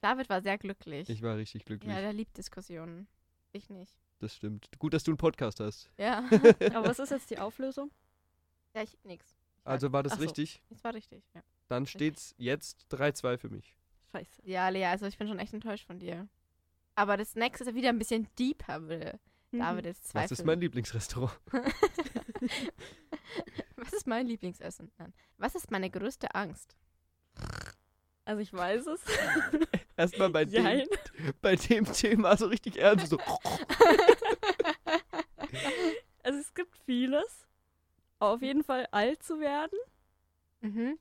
David war sehr glücklich.
Ich war richtig glücklich.
ja, der liebt Diskussionen. Ich nicht.
Das stimmt. Gut, dass du einen Podcast hast.
Ja,
Aber was ist jetzt die Auflösung?
ja ich nix.
Also war das
Ach so.
richtig?
Das war richtig. Ja.
Dann steht's jetzt 3-2 für mich.
Scheiße.
ja, Lea, also ich bin schon echt enttäuscht von dir. Aber das nächste ist ja wieder ein bisschen deeper, will.
Mhm.
David ist
Was
zweifelt.
ist mein Lieblingsrestaurant?
Was ist mein Lieblingsessen? Nein. Was ist meine größte Angst?
Also ich weiß es.
Erstmal bei,
Jein.
dem, bei dem Thema so richtig ernst. So.
Also es gibt vieles. Auf jeden Fall alt zu werden.
Mhm.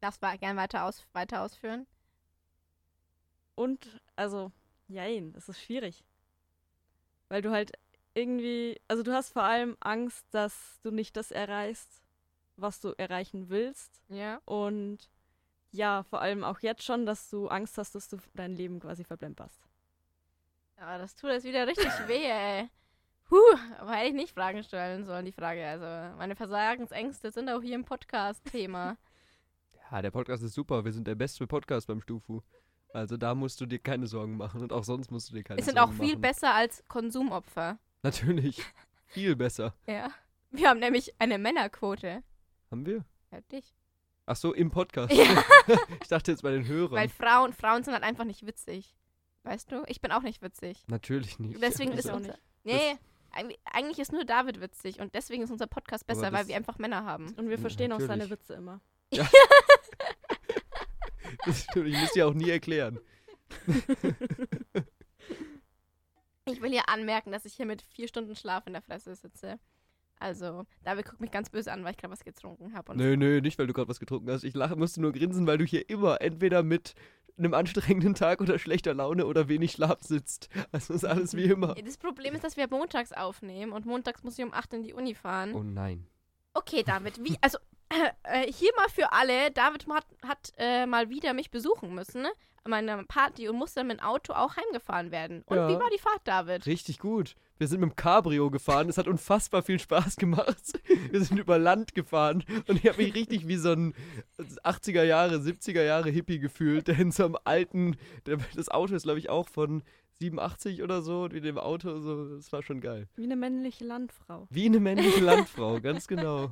Darfst du gerne weiter, aus, weiter ausführen?
Und, also, jein, es ist schwierig. Weil du halt irgendwie, also du hast vor allem Angst, dass du nicht das erreichst, was du erreichen willst.
Ja.
Und ja, vor allem auch jetzt schon, dass du Angst hast, dass du dein Leben quasi verblemperst.
Aber Ah, das tut jetzt wieder richtig weh, ey. Huh, aber hätte ich nicht Fragen stellen sollen, die Frage. Also, meine Versagensängste sind auch hier im Podcast Thema.
Ja, der Podcast ist super. Wir sind der beste Podcast beim Stufu. Also da musst du dir keine Sorgen machen und auch sonst musst du dir keine
Wir sind
Sorgen
auch
machen.
viel besser als Konsumopfer.
Natürlich. Viel besser.
Ja. Wir haben nämlich eine Männerquote.
Haben wir?
Hört dich.
Ach so, im Podcast.
Ja.
Ich dachte jetzt bei den Hörern.
Weil Frauen, Frauen sind halt einfach nicht witzig. Weißt du? Ich bin auch nicht witzig.
Natürlich nicht. Also
Deswegen
Ich
ist
auch
unser.
nicht.
Nee, eigentlich- eigentlich ist nur David witzig und deswegen ist unser Podcast
Aber
besser, weil
das-
wir einfach Männer haben.
Und wir
Ja,
verstehen auch seine
natürlich.
Witze immer.
Das stimmt, ich muss dir auch nie erklären.
Ich will hier anmerken, dass ich hier mit vier Stunden Schlaf in der Fresse sitze. Also, David guckt mich ganz böse an, weil ich gerade was getrunken habe. Und
Nö, nö, nicht, weil du gerade was getrunken hast. Ich lache, musste nur grinsen, weil du hier immer entweder mit einem anstrengenden Tag oder schlechter Laune oder wenig Schlaf sitzt. Also ist alles wie immer.
Das Problem ist, dass wir montags aufnehmen und montags muss ich um 8 in die Uni fahren.
Oh nein.
Okay, David, wie, also äh, äh, hier mal für alle, David hat, hat äh, mal wieder mich besuchen müssen, ne? an meiner Party und musste mit dem Auto auch heimgefahren werden. Und
Ja.
wie war die Fahrt, David?
Richtig gut. Wir sind mit dem Cabrio gefahren. Es hat unfassbar viel Spaß gemacht. Wir sind über Land gefahren und ich habe mich richtig wie so ein 80er Jahre, 70er Jahre Hippie gefühlt, der in so einem alten, der, das Auto ist glaube ich auch von 87 oder so und in dem Auto so, das war schon geil.
Wie eine männliche Landfrau.
Wie eine männliche Landfrau, ganz genau.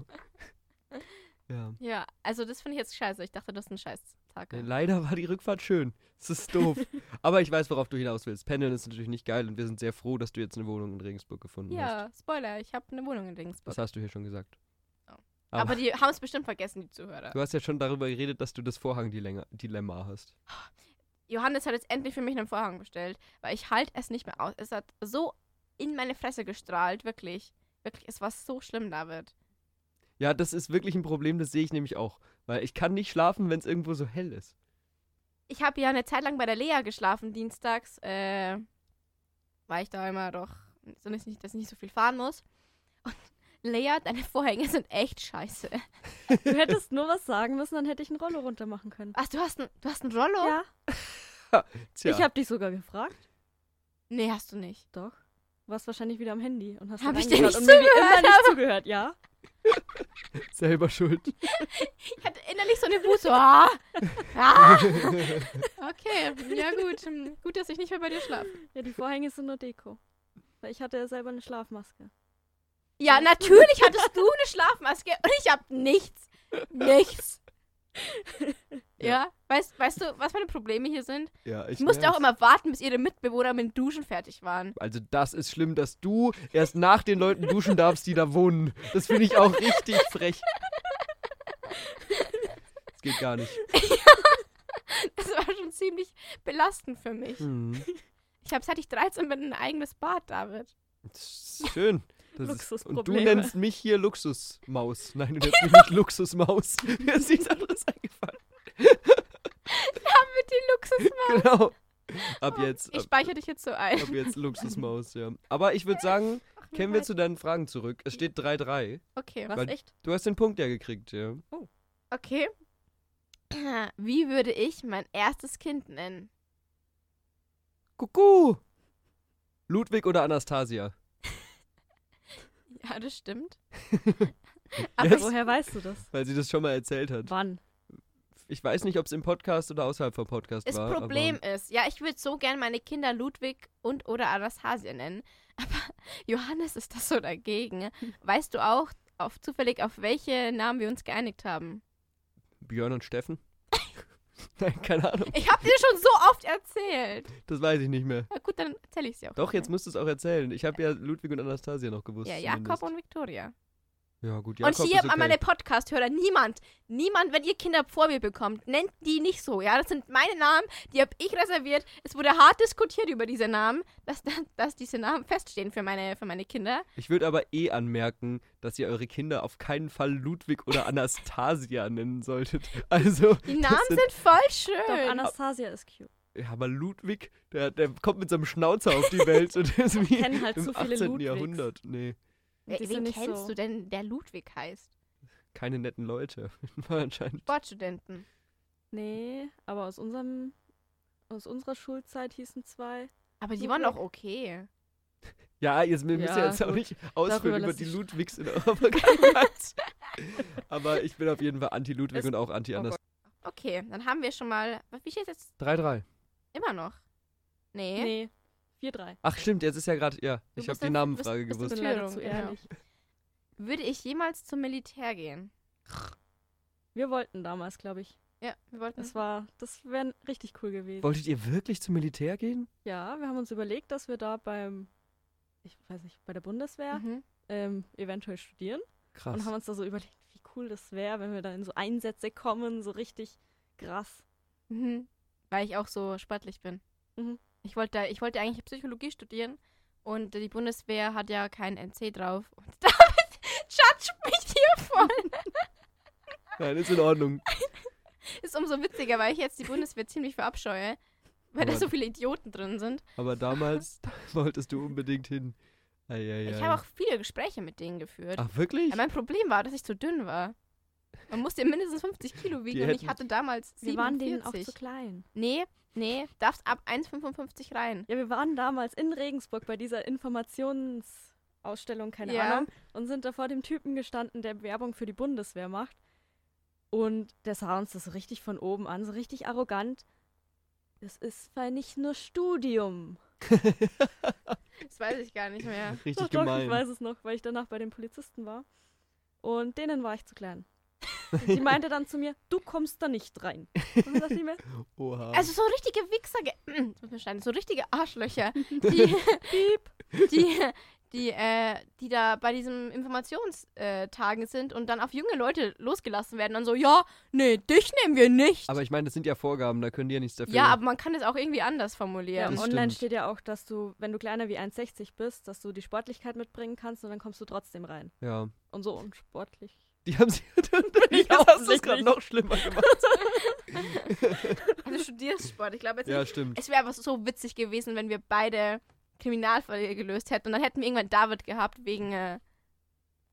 Ja.
Ja, also das finde ich jetzt scheiße. Ich dachte, das ist ein Scheißtag.
Nee, Leider war die Rückfahrt schön. Es ist doof. Aber ich weiß, worauf du hinaus willst. Pendeln ist natürlich nicht geil und wir sind sehr froh, dass du jetzt eine Wohnung in Regensburg gefunden hast.
Ja, Spoiler, ich habe eine Wohnung in Regensburg.
Das hast du hier schon gesagt.
Oh.
Aber,
Aber die haben es bestimmt vergessen, die Zuhörer.
du hast ja schon darüber geredet, dass du das Vorhang-Dilemma hast.
Johannes hat jetzt endlich für mich einen Vorhang bestellt, weil ich halte es nicht mehr aus. Es hat so in meine Fresse gestrahlt, wirklich. Wirklich, es war so schlimm, David.
Ja, das ist wirklich ein Problem, das sehe ich nämlich auch. Weil ich kann nicht schlafen, wenn es irgendwo so hell ist.
Ich habe ja eine Zeit lang bei der Lea geschlafen, dienstags, äh, weil ich da immer doch, so nicht, dass ich nicht so viel fahren muss. Und Lea, deine Vorhänge sind echt scheiße.
Du hättest nur was sagen müssen, dann hätte ich einen Rollo runter machen können.
Ach, du hast ein, du hast ein Rollo?
Ja,
Tja,
ich habe dich sogar gefragt.
Nee, hast du nicht.
Doch. Warst wahrscheinlich wieder am Handy und hast
Hab
dann
ich dir nicht
reingeschaut und mir wie
zugehört,
immer nicht zugehört, ja?
selber schuld.
Ich hatte innerlich so eine Wut, so, ah, ah. Okay, ja gut. Hm, Gut, dass ich nicht mehr bei dir schlafe.
Ja, die Vorhänge sind nur Deko. Weil ich hatte ja selber eine Schlafmaske.
Ja, natürlich hattest du eine Schlafmaske und ich hab nichts. Nichts. Ja, Weißt, weißt du, was meine Probleme hier sind?
Ja, ich,
Ich musste auch
weiß.
immer warten, bis ihre Mitbewohner mit dem Duschen fertig waren.
Also das ist schlimm, dass du erst nach den Leuten duschen darfst, die da wohnen. Das finde ich auch richtig frech. Das geht gar nicht.
Das war schon ziemlich belastend für mich.
Hm.
Ich habe seit ich 13 bin ein eigenes Bad, David.
Das ist schön. Das ist, und du
Luxusprobleme.
nennst mich hier Luxusmaus. Nein, du nennst mich nicht Luxusmaus. Mir ist nichts anderes eingefallen.
Mit den Luxusmaus.
Genau. Ab jetzt.
Ah, Ich
Ab,
speichere dich jetzt so ein.
ab jetzt Luxusmaus, ja. Aber ich würde sagen,
Ach,
kämen wir zu deinen Fragen zurück. Es steht 3-3.
Okay.
Was,
Weil-
echt?
Du hast den Punkt ja gekriegt, ja.
Okay. Wie würde ich mein erstes Kind nennen?
Kuckuck. Ludwig oder Anastasia?
Ja, das stimmt.
Yes.
ich-
Woher weißt du das?
Weil sie das schon mal erzählt hat.
Wann?
Ich weiß nicht, ob es im Podcast oder außerhalb vom Podcast
Das
war. aber-
Problem ist, ja, ich würde so gern meine Kinder Ludwig und oder Anastasia nennen, aber Johannes ist das so dagegen. Weißt du auch auf zufällig, auf welche Namen wir uns geeinigt haben?
Björn und Steffen? Nein, keine Ahnung.
Ich habe dir schon so oft erzählt.
Das weiß ich nicht mehr.
Na gut, dann erzähle ich sie auch.
Doch,
nicht
jetzt musst du es auch erzählen. Ich habe ja Ludwig und Anastasia noch gewusst.
mehr. Ja, Jakob
zumindest.
und Victoria.
Ja, gut,
Und
Jakob
hier
ist okay.
an meine Podcast-Hörer, niemand, niemand, wenn ihr Kinder vor mir bekommt, nennt die nicht so. Ja, das sind meine Namen, die habe ich reserviert. Es wurde hart diskutiert über diese Namen, dass, dass diese Namen feststehen für meine, für meine Kinder.
Ich würde aber eh anmerken, dass ihr eure Kinder auf keinen Fall Ludwig oder Anastasia nennen solltet. Also,
Die
das
Namen sind, voll schön.
Doch, Anastasia ist cute.
Ja, aber Ludwig, der, der kommt mit seinem Schnauzer auf die Welt und ist wie
kennen halt
im
so viele
18.
Ludwigs.
Jahrhundert. Nee,
Wer,
Die sind
wen
nicht
kennst
so-
du denn, der Ludwig heißt?
keine netten Leute. Anscheinend.
Sportstudenten.
Nee, aber aus unserem aus unserer Schulzeit hießen zwei.
Aber die
Ludwig.
waren doch okay.
Ja, jetzt, wir müssen
Ja,
jetzt auch
gut.
nicht ausführen über
lasse
die
ich-
Ludwigs in eurer Kindheit. aber ich bin auf jeden Fall anti-Ludwig
Es-
und auch anti
oh
Anastasia.
Okay, dann haben wir schon mal. was- Wie steht jetzt
3-3.
immer noch? Nee.
Nee, 4-3.
Ach stimmt, jetzt ist ja gerade, ja,
Du
ich habe
bist
die
ein-
Namenfrage
bist- bist
Ich
du-
gewusst.
bin leider
Beziehung,
zu
ja.
ehrlich.
Würde ich jemals zum Militär gehen?
Wir wollten damals, glaube ich.
Ja, wir wollten.
Das war, das wäre richtig cool gewesen.
Wolltet ihr wirklich zum Militär gehen?
ja, wir haben uns überlegt, dass wir da beim, ich weiß nicht, bei der Bundeswehr
Mhm.
ähm, eventuell studieren
Krass.
und haben uns da so überlegt, wie cool das wäre, wenn wir da in so Einsätze kommen, so richtig krass.
Mhm. Weil ich auch so sportlich bin.
Mhm.
Ich wollte, ich wollte eigentlich Psychologie studieren und die Bundeswehr hat ja keinen NC drauf. Und damit judge mich hier voll.
Nein, ist in Ordnung.
Ist umso witziger, weil ich jetzt die Bundeswehr ziemlich verabscheue, weil da
Aber-
so viele Idioten drin sind.
Aber damals wolltest du unbedingt hin. Eieiei.
Ich habe auch viele Gespräche mit denen geführt.
Ach, wirklich?
Aber mein Problem war, dass ich zu dünn war. Man musste mindestens 50 Kilo wiegen
Die
und ich
hätten-
hatte damals
Wir waren denen auch
47.
zu klein.
Nee, nee, darfst ab 1,55 rein.
Ja, wir waren damals in Regensburg bei dieser Informationsausstellung, keine
Ja.
Ahnung, und sind da vor dem Typen gestanden, der Werbung für die Bundeswehr macht. Und der sah uns das so richtig von oben an, so richtig arrogant. Das ist weil nicht nur Studium.
Das weiß ich gar nicht mehr.
Richtig
Doch, doch, ich
gemein.
weiß es noch, weil ich danach bei den Polizisten war. Und denen war ich zu klein. Und die meinte dann zu mir, du kommst da nicht rein. Und dann dachte ich mir,
Oha.
Also so richtige Wichser, ge- mm, das muss man schneiden, so richtige Arschlöcher, die,
piep.
die, die, äh, die da bei diesen Informationstagen sind und dann auf junge Leute losgelassen werden. Dann so, ja, nee, dich nehmen wir nicht.
aber ich meine, das sind ja Vorgaben, da können die ja nichts dafür.
ja, aber man kann es auch irgendwie anders
Ja,
formulieren.
Das
online
stimmt.
steht ja auch, dass du, wenn du kleiner wie 1,60 bist, dass du die Sportlichkeit mitbringen kannst und dann kommst du trotzdem rein.
Ja.
Und so unsportlich.
Die haben sie dann
ich
jetzt hast du es
offensichtlich.
gerade noch schlimmer gemacht.
Also du studierst Sport. Ich glaube jetzt
ja,
nicht.
stimmt.
Es wäre aber so witzig gewesen, wenn wir beide Kriminalfälle gelöst hätten. Und dann hätten wir irgendwann David gehabt wegen, äh,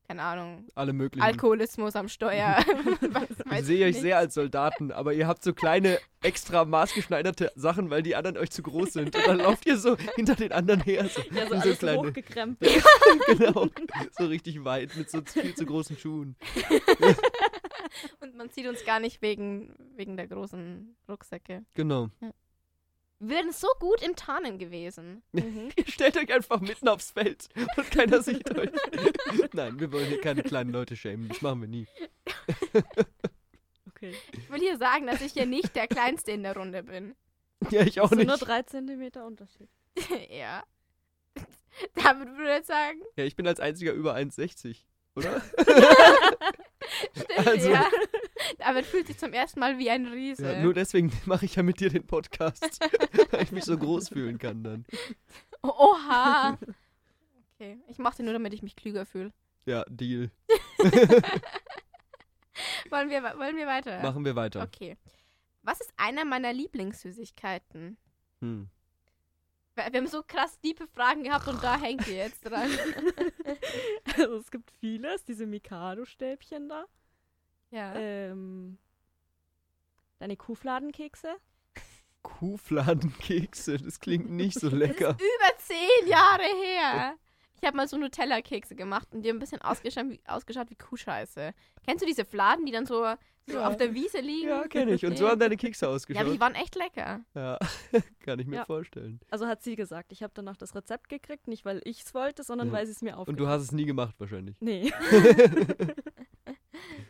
keine Ahnung,
Alle möglichen.
Alkoholismus am Steuer. Was weiß
Ich sehe euch
nicht.
sehr als Soldaten, aber ihr habt so kleine, extra maßgeschneiderte Sachen, weil die anderen euch zu groß sind. Und dann lauft ihr so hinter den anderen her. So,
Ja, so
Und
alles
kleine.
hochgekrempelt.
genau. So richtig weit mit so zu- viel zu großen Schuhen.
Und man sieht uns gar nicht wegen, wegen der großen Rucksäcke.
Genau.
Wir wären so gut im Tarnen gewesen.
Mhm.
Ihr stellt euch einfach mitten aufs Feld und keiner sieht euch. Nein, wir wollen hier keine kleinen Leute schämen. Das machen wir nie.
Okay.
Ich will hier sagen, dass ich hier nicht der Kleinste in der Runde bin.
Ja, ich auch
Sind Also nur
nicht.
3 cm Unterschied.
ja. Damit würde ich sagen,
Ja, ich bin als einziger über 1,60, oder?
stimmt,
Also-
ja. Damit fühlt sich zum ersten Mal wie ein Riese.
Ja, nur deswegen mache ich ja mit dir den Podcast, weil ich mich so groß fühlen kann dann.
Oha! Okay, ich mache den nur, damit ich mich klüger fühle.
Ja, Deal.
Wollen wir, wollen wir weiter?
Machen wir weiter.
Okay. Was ist einer meiner Lieblingssüßigkeiten?
Hm.
Wir wir haben so krass tiefe Fragen gehabt und da hängt ihr jetzt dran.
Also es gibt vieles, diese Mikado-Stäbchen da.
Ah.
Ja.
Ähm, deine Kuhfladenkekse.
Kuhfladenkekse, das klingt nicht so lecker.
Das ist über zehn Jahre her. Ich habe mal so Nutella-Kekse gemacht und die haben ein bisschen ausgeschaut wie, ausgeschaut wie Kuhscheiße. Kennst du diese Fladen, die dann so, so
Ja.
auf der Wiese liegen?
Ja, kenne ich. Und so haben deine Kekse
Ja, aber die
ausgeschaut.
waren echt lecker.
Ja, kann ich mir
Ja.
vorstellen.
Also hat sie gesagt, ich habe danach das Rezept gekriegt, nicht weil ich es wollte, sondern
Ja.
weil sie es mir
Mhm. Und
aufgegeben
du hast es nie gemacht wahrscheinlich.
Nee.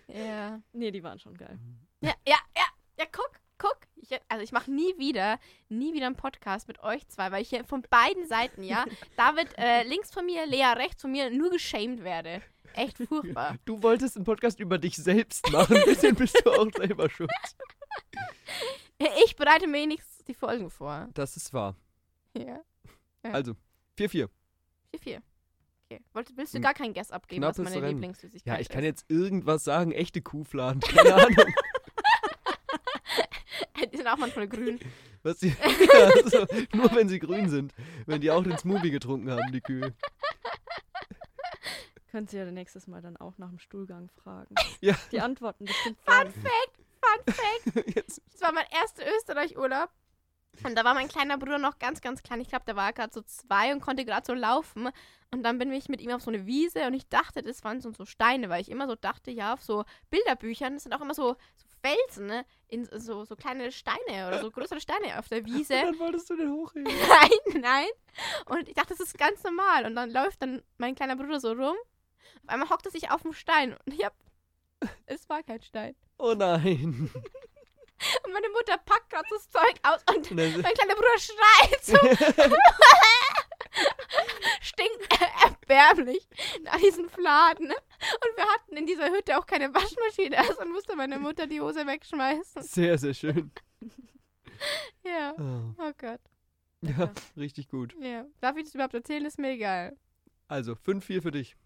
Ja.
nee, die waren schon geil.
Ja, ja, ja, ja, guck, guck. Ich, also ich mache nie wieder, nie wieder einen Podcast mit euch zwei, weil ich hier von beiden Seiten, ja, David äh, links von mir, Lea rechts von mir, nur geschämt werde. echt furchtbar.
Du wolltest einen Podcast über dich selbst machen, deswegen bist du auch selber schuld.
Ich bereite mir wenigstens die Folgen vor.
Das ist wahr.
Ja.
Also, 4-4.
4-4. Okay. Wolltest, willst du
Ein
gar kein Guess abgeben, was
knappes
meine
Rennen.
Lieblingssüßigkeit
Ja, ich kann
ist?
jetzt irgendwas sagen, echte Kuhfladen. Keine Ahnung.
Also, Die sind auch manchmal grün.
Was die, ja, also, nur wenn sie grün sind. Wenn die auch den Smoothie getrunken haben, die Kühe.
Könnt ihr ja nächstes Mal dann auch nach dem Stuhlgang fragen.
Ja.
Die Antworten bestimmt sagen.
Fun Fact.
Jetzt,
Das war mein erster Österreich-Urlaub. Und da war mein kleiner Bruder noch ganz, ganz klein. Ich glaube, der war gerade so zwei und konnte gerade so laufen. Und dann bin ich mit ihm auf so eine Wiese und ich dachte, das waren so, so Steine, weil ich immer so dachte, ja, auf so Bilderbüchern, das sind auch immer so, so Felsen, ne? In so, so kleine Steine oder so größere Steine auf der
und
Wiese.
dann wolltest du den hochheben.
Nein, nein. Und ich dachte, das ist ganz normal. Und dann läuft dann mein kleiner Bruder so rum. Auf einmal hockt er sich auf den Stein. Und ich hab. Es war kein Stein.
Oh nein.
Und meine Mutter packt gerade das Zeug aus und
Und dann,
mein kleiner Bruder schreit so. Stinkt erbärmlich nach diesen Fladen. Und wir hatten in dieser Hütte auch keine Waschmaschine. Also musste meine Mutter die Hose wegschmeißen.
sehr, sehr schön.
Ja.
Oh,
Oh Gott.
ja, richtig gut.
Ja. Darf ich das überhaupt erzählen? Ist mir egal.
Also, 5-4 für dich.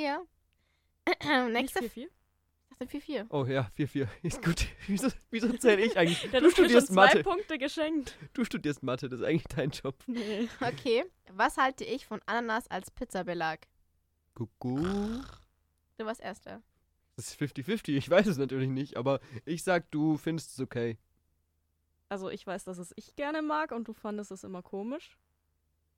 Ja.
Nicht
Nächste
viel, viel.
Frage. 4-4.
Oh ja, 4-4. Ist gut. Wieso, wieso zähle ich eigentlich?
Dann
Du
hast mir
studierst
schon
Mathe.
zwei Punkte geschenkt.
Du studierst Mathe, das ist eigentlich dein Job.
Nee.
Okay. Was halte ich von Ananas als Pizzabelag?
Kuckuck.
Du warst Erster.
Das ist 50-50, ich weiß es natürlich nicht, aber ich sag, du findest es okay.
Also ich weiß, dass es ich gerne mag und du fandest es immer komisch.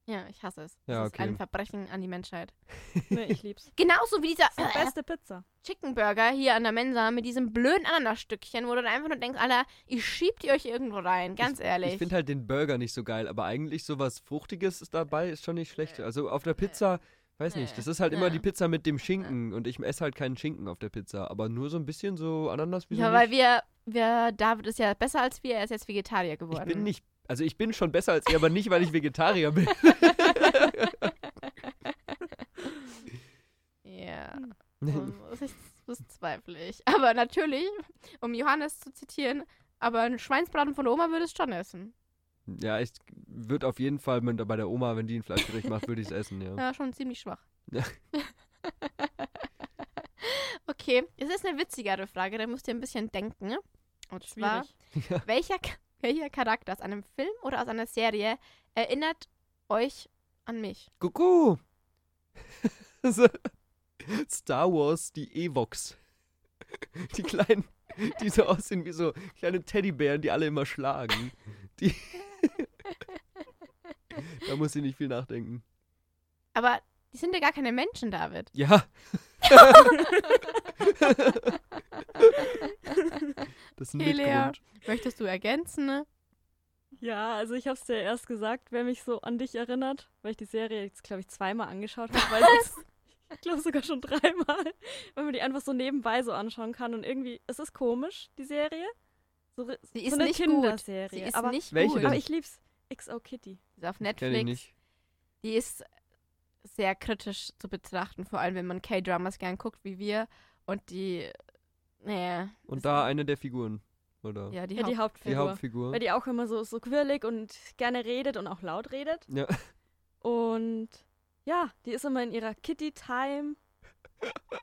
Ja, ich hasse es.
Ja,
das ist
okay.
ein Verbrechen an die Menschheit.
Nee, ich lieb's.
Genauso wie dieser
Das ist die beste Pizza.
Chicken Burger hier an der Mensa mit diesem blöden Ananasstückchen, wo du dann einfach nur denkst, Alter, ich schieb die euch irgendwo rein, ganz ehrlich.
Ich finde halt den Burger nicht so geil, aber eigentlich sowas Fruchtiges ist dabei, ist schon nicht
Äh,
schlecht. Also auf der Pizza, weiß nicht, das ist halt immer
Nee.
die Pizza mit dem Schinken und ich esse halt keinen Schinken auf der Pizza, aber nur so ein bisschen so Ananas. wieso
ja, weil
nicht?
wir, wir, David ist ja besser als wir, er ist jetzt Vegetarier geworden.
Ich bin nicht, also ich bin schon besser als ihr, aber nicht, weil ich Vegetarier bin.
Ja,
Oh.
das, ist, das zweifle ich. Aber natürlich, um Johannes zu zitieren, aber einen Schweinsbraten von der Oma würdest du schon essen.
ja, ich würde auf jeden Fall mit, bei der Oma, wenn die ein Fleischgericht macht, würde ich es essen, ja.
Ja, schon ziemlich schwach.
Ja.
okay, es ist eine witzigere Frage, da musst ihr ein bisschen denken. Und zwar,
Schwierig.
welcher, welcher Charakter aus einem Film oder aus einer Serie erinnert euch an mich?
Kuckuck. So. Star Wars, die Evox. Die kleinen, die so aussehen wie so kleine Teddybären, die alle immer schlagen. Die da muss ich nicht viel nachdenken.
Aber die sind ja gar keine Menschen, David.
Ja. das ist ein
Hey, Lea.
Mitgrund.
Möchtest du ergänzen?
Ja, also ich hab's dir erst gesagt, wer mich so an dich erinnert, weil ich die Serie jetzt, glaube ich, zweimal angeschaut habe. Weil es- ich glaube sogar schon dreimal, weil man die einfach so nebenbei so anschauen kann. Und irgendwie, es ist komisch, die Serie. So, ri-
Sie
so
ist
eine
nicht gut.
Kinderserie.
Sie ist
aber,
nicht
Welche
gut.
denn?
aber ich lieb's. XO Kitty.
Die ist auf
Kenn ich
Netflix.
nicht.
die ist sehr kritisch zu betrachten, vor allem wenn man K-Dramas gern guckt wie wir und die nee,
Und da also. eine der Figuren. Oder
ja, die,
Ja, die
Haupt
Hauptfigur.
die Hauptfigur.
Weil die auch immer so, so quirlig und gerne redet und auch laut redet.
ja.
Und ja, die ist immer in ihrer Kitty-Time.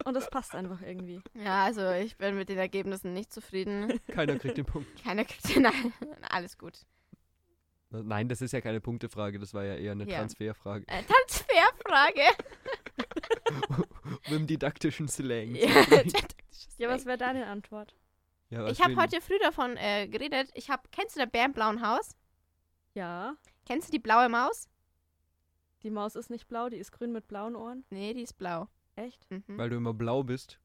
Und das passt einfach irgendwie.
ja, also ich bin mit den Ergebnissen nicht zufrieden.
Keiner kriegt den Punkt.
Keine Kritik, nein, alles gut.
Nein, das ist ja keine Punktefrage, das war ja eher eine
Ja.
Transferfrage.
Äh, Transferfrage.
Mit dem didaktischen Slang.
Ja, taktisches
Ja, was
Denken.
wäre deine Antwort?
Ja, was
ich habe
will-
heute früh davon äh, geredet. Ich habe, kennst du der Bär im blauen Haus?
Ja,
Kennst du die blaue Maus?
die Maus ist nicht blau, die ist grün mit blauen Ohren.
Nee, die ist blau.
Echt?
Mhm.
Weil du immer blau bist.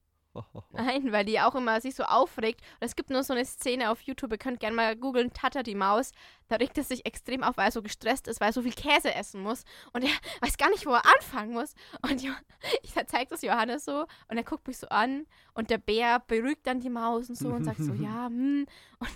Nein, weil die auch immer sich so aufregt. Und es gibt nur so eine Szene auf YouTube, ihr könnt gerne mal googeln, Tata die Maus. Da regt es sich extrem auf, weil er so gestresst ist, weil er so viel Käse essen muss. Und er weiß gar nicht, wo er anfangen muss. Und Jo- ich zeige das Johannes so und er guckt mich so an. Und der Bär beruhigt dann die Maus und so und sagt so, ja, hm. Und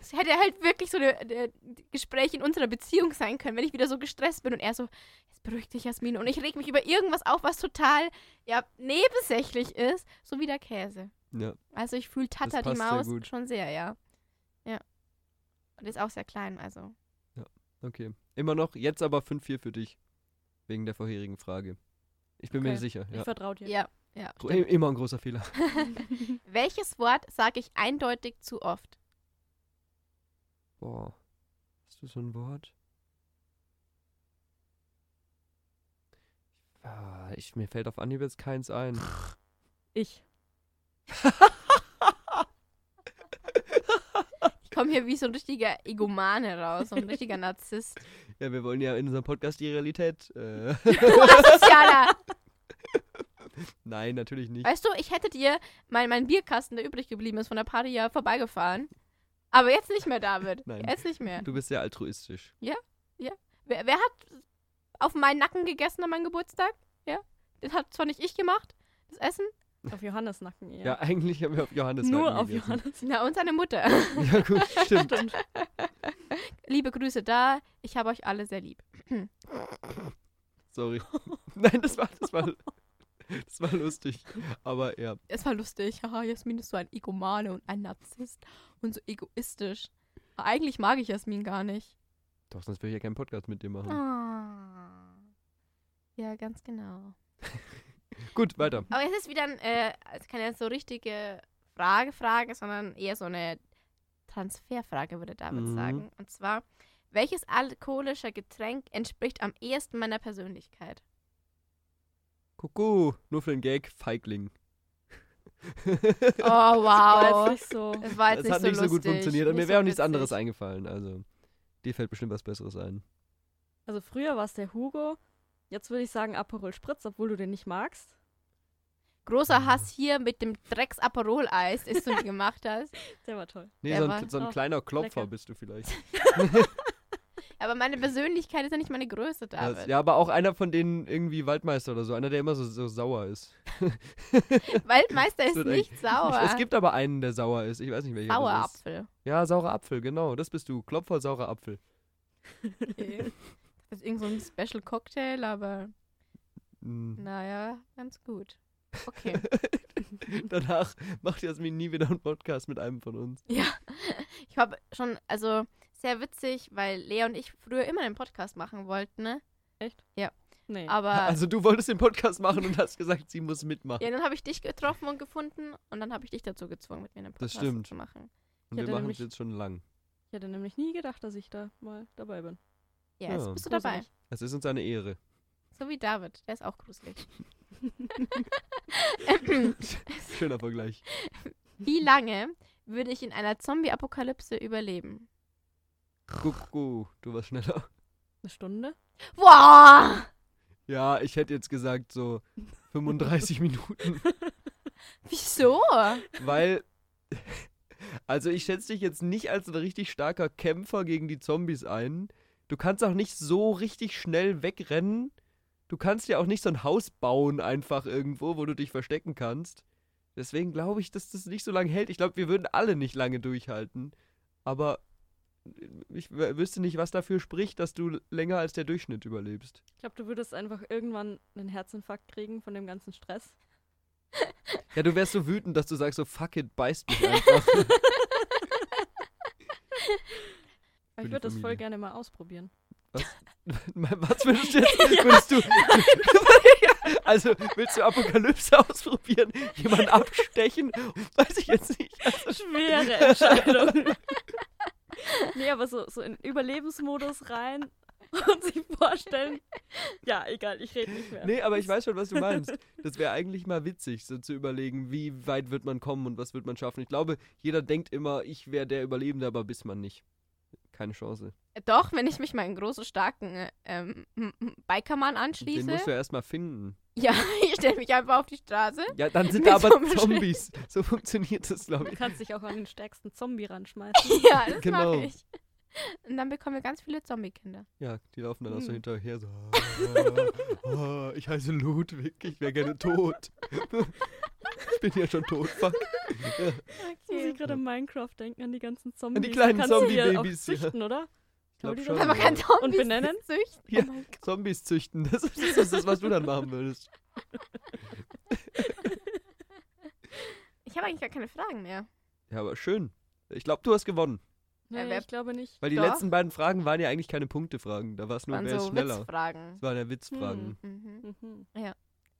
es hätte halt wirklich so eine- ein Gespräch in unserer Beziehung sein können, wenn ich wieder so gestresst bin. Und er so, jetzt beruhig dich, Jasmin. Und ich reg mich über irgendwas auf, was total ja, nebensächlich ist, so wie der Käse.
Ja.
Also ich fühle Tata die
passt sehr
Maus
gut.
schon sehr, ja. Ja. Und ist auch sehr klein, also.
Okay. Immer noch, jetzt aber 5-4 für dich. Wegen der vorherigen Frage. Ich bin mir
Okay.
sicher.
Ich
Ja.
vertraue dir.
Ja, ja.
Gro- i- Immer ein großer Fehler.
Welches Wort sage ich eindeutig zu oft?
Boah. Hast du so ein Wort? Ah, ich, mir fällt auf Anhieb jetzt keins ein.
Ich.
Ich komme hier wie so ein richtiger Egomane raus, so ein richtiger Narzisst.
Ja, wir wollen ja in unserem Podcast die Realität. Äh,
Asozialer!
nein, natürlich nicht.
Weißt du, ich hätte dir mein, mein Bierkasten, der übrig geblieben ist, von der Party ja vorbeigefahren. Aber jetzt nicht mehr, David.
Nein.
Jetzt nicht mehr.
Du bist sehr altruistisch.
Wer, wer hat auf meinen Nacken gegessen an meinem Geburtstag? Ja? Das hat zwar nicht ich gemacht, das Essen.
Auf Johannes Nacken eher.
Ja, eigentlich haben wir auf Johannes
Nur
Nacken
auf
gegessen.
Johannes.
Na, und seine Mutter.
Ja, gut, stimmt.
Liebe Grüße da. Ich habe euch alle sehr lieb.
Sorry. Nein, das war, das war, das war lustig. Aber ja,
Es war lustig. Haha, Jasmin ist so ein Egomane und ein Narzisst und so egoistisch. Aber eigentlich mag ich Jasmin gar nicht.
doch, sonst würde ich ja keinen Podcast mit dir machen.
Ah. Ja, ganz genau.
Gut, weiter.
Aber es ist wieder ein, äh, es ist keine so richtige Frage, Frage, sondern eher so eine Transferfrage, würde David
Mhm.
sagen. Und zwar, welches alkoholische Getränk entspricht am ehesten meiner Persönlichkeit?
Kuckuck, nur für den Gag, Feigling.
Oh, wow.
War jetzt nicht so.
Das war
das
jetzt
hat
nicht
nicht
so,
so
lustig,
gut funktioniert und mir wäre
so
auch nichts
witzig.
anderes eingefallen. Also, dir fällt bestimmt was Besseres ein.
Also früher war es der Hugo. Jetzt würde ich sagen Aperol Spritz, obwohl du den nicht magst.
mhm.
Großer Hass hier mit dem Drecks-Aperol-Eis, das du gemacht hast.
Der war toll.
Nee,
Der
so ein,
war-
so ein
oh,
kleiner Klopfer
lecker.
bist du vielleicht.
Aber meine Persönlichkeit ist ja nicht meine Größe, David.
Das, ja, aber auch einer von denen irgendwie Waldmeister oder so. Einer, der immer so, so sauer ist.
Waldmeister ist
wird
nicht sauer.
Es gibt aber einen, der sauer ist. Ich weiß nicht, welcher
sauer
das ist.
Apfel.
Ja, saurer Apfel, genau. Das bist du. Klopfer, saurer Apfel.
Okay. Das ist irgend so ein Special Cocktail, aber
Mm.
naja, ganz gut. Okay.
Danach macht Jasmin nie wieder einen Podcast mit einem von uns.
Ja, ich habe schon, also sehr witzig, weil Lea und ich früher immer einen Podcast machen wollten, ne?
Nee.
Aber
Also du wolltest den Podcast machen und hast gesagt, sie muss mitmachen.
Ah. ja, dann habe ich dich getroffen und gefunden und dann habe ich dich dazu gezwungen, mit mir einen
Das
Podcast
stimmt.
zu machen.
Und wir
Ja, dann
machen es
nämlich-
jetzt schon lang.
Ich hätte nämlich nie gedacht, dass ich da mal dabei bin.
Ja, jetzt
Ja.
bist du dabei.
Gruselig.
Es ist uns eine Ehre.
So wie David, der ist auch gruselig.
Schöner Vergleich.
wie lange würde ich in einer Zombie-Apokalypse überleben?
Kuckuck, uh, du warst schneller.
Eine Stunde?
Boah!
Ja, ich hätte jetzt gesagt so 35 Minuten,
Wieso?
weil... Also ich schätze dich jetzt nicht als ein richtig starker Kämpfer gegen die Zombies ein. Du kannst auch nicht so richtig schnell wegrennen. Du kannst ja auch nicht so ein Haus bauen einfach irgendwo, wo du dich verstecken kannst. Deswegen glaube ich, dass das nicht so lange hält. Ich glaube, wir würden alle nicht lange durchhalten. Aber ich w- wüsste nicht, was dafür spricht, dass du länger als der Durchschnitt überlebst.
Ich glaube, du würdest einfach irgendwann einen Herzinfarkt kriegen von dem ganzen Stress.
Ja, du wärst so wütend, dass du sagst so, fuck it, beißt mich einfach.
Aber
Für die
ich würde das
Familie.
voll gerne mal ausprobieren.
was willst du jetzt? Willst du... also, willst du Apokalypse ausprobieren? Jemanden abstechen? Weiß ich jetzt nicht. Also,
Schwere Entscheidung. nee, aber so, so in Überlebensmodus rein und sich vorstellen. Ja, egal, ich rede nicht mehr.
Nee, aber ich weiß schon, was du meinst. Das wäre eigentlich mal witzig, so zu überlegen, wie weit wird man kommen und was wird man schaffen. Ich glaube, jeder denkt immer, ich wäre der Überlebende, aber bis man nicht. Keine Chance.
Doch, wenn ich mich meinen großen, starken äh, ähm, m- m- hm, Bikermann anschließe.
Den musst du ja erstmal finden.
Ja, ich stelle mich einfach auf die Straße.
Ja, dann sind
Mit
da aber
so einem Schild.
Zombies. So funktioniert das, glaube
Du
ich.
kannst dich auch an den stärksten Zombie ranschmeißen.
Ja, das
Genau.
mache ich. Und dann bekommen wir ganz viele Zombie-Kinder.
Ja, die laufen dann auch so
Hm.
hinterher so. "Ah, ah, ich heiße Ludwig, ich wäre gerne tot. ich bin ja schon tot, fuck.
Muss ich
Okay.
gerade an Minecraft denken, an die ganzen Zombies.
kleinen
Kannst du die
Zombie-Babys,
auch
ja.
züchten, oder?
glaub
Kann man die
schon,
dann-
Aber man kann Zombies
Und benennen?
Züchten.
Ja.
Oh mein Gott.
Zombies züchten, das ist, das ist das, was du dann machen würdest.
Ich habe eigentlich gar keine Fragen mehr.
Ja, aber schön. Ich glaube, du hast gewonnen.
Ja,
Nee,
wer-
ich glaube nicht.
Weil die
Doch.
letzten beiden Fragen waren ja eigentlich keine Punktefragen. Da war es nur,
Waren
wer ist
so
schneller.
Witzfragen.
Das waren ja Witzfragen.
Hm.
Mhm.
Mhm.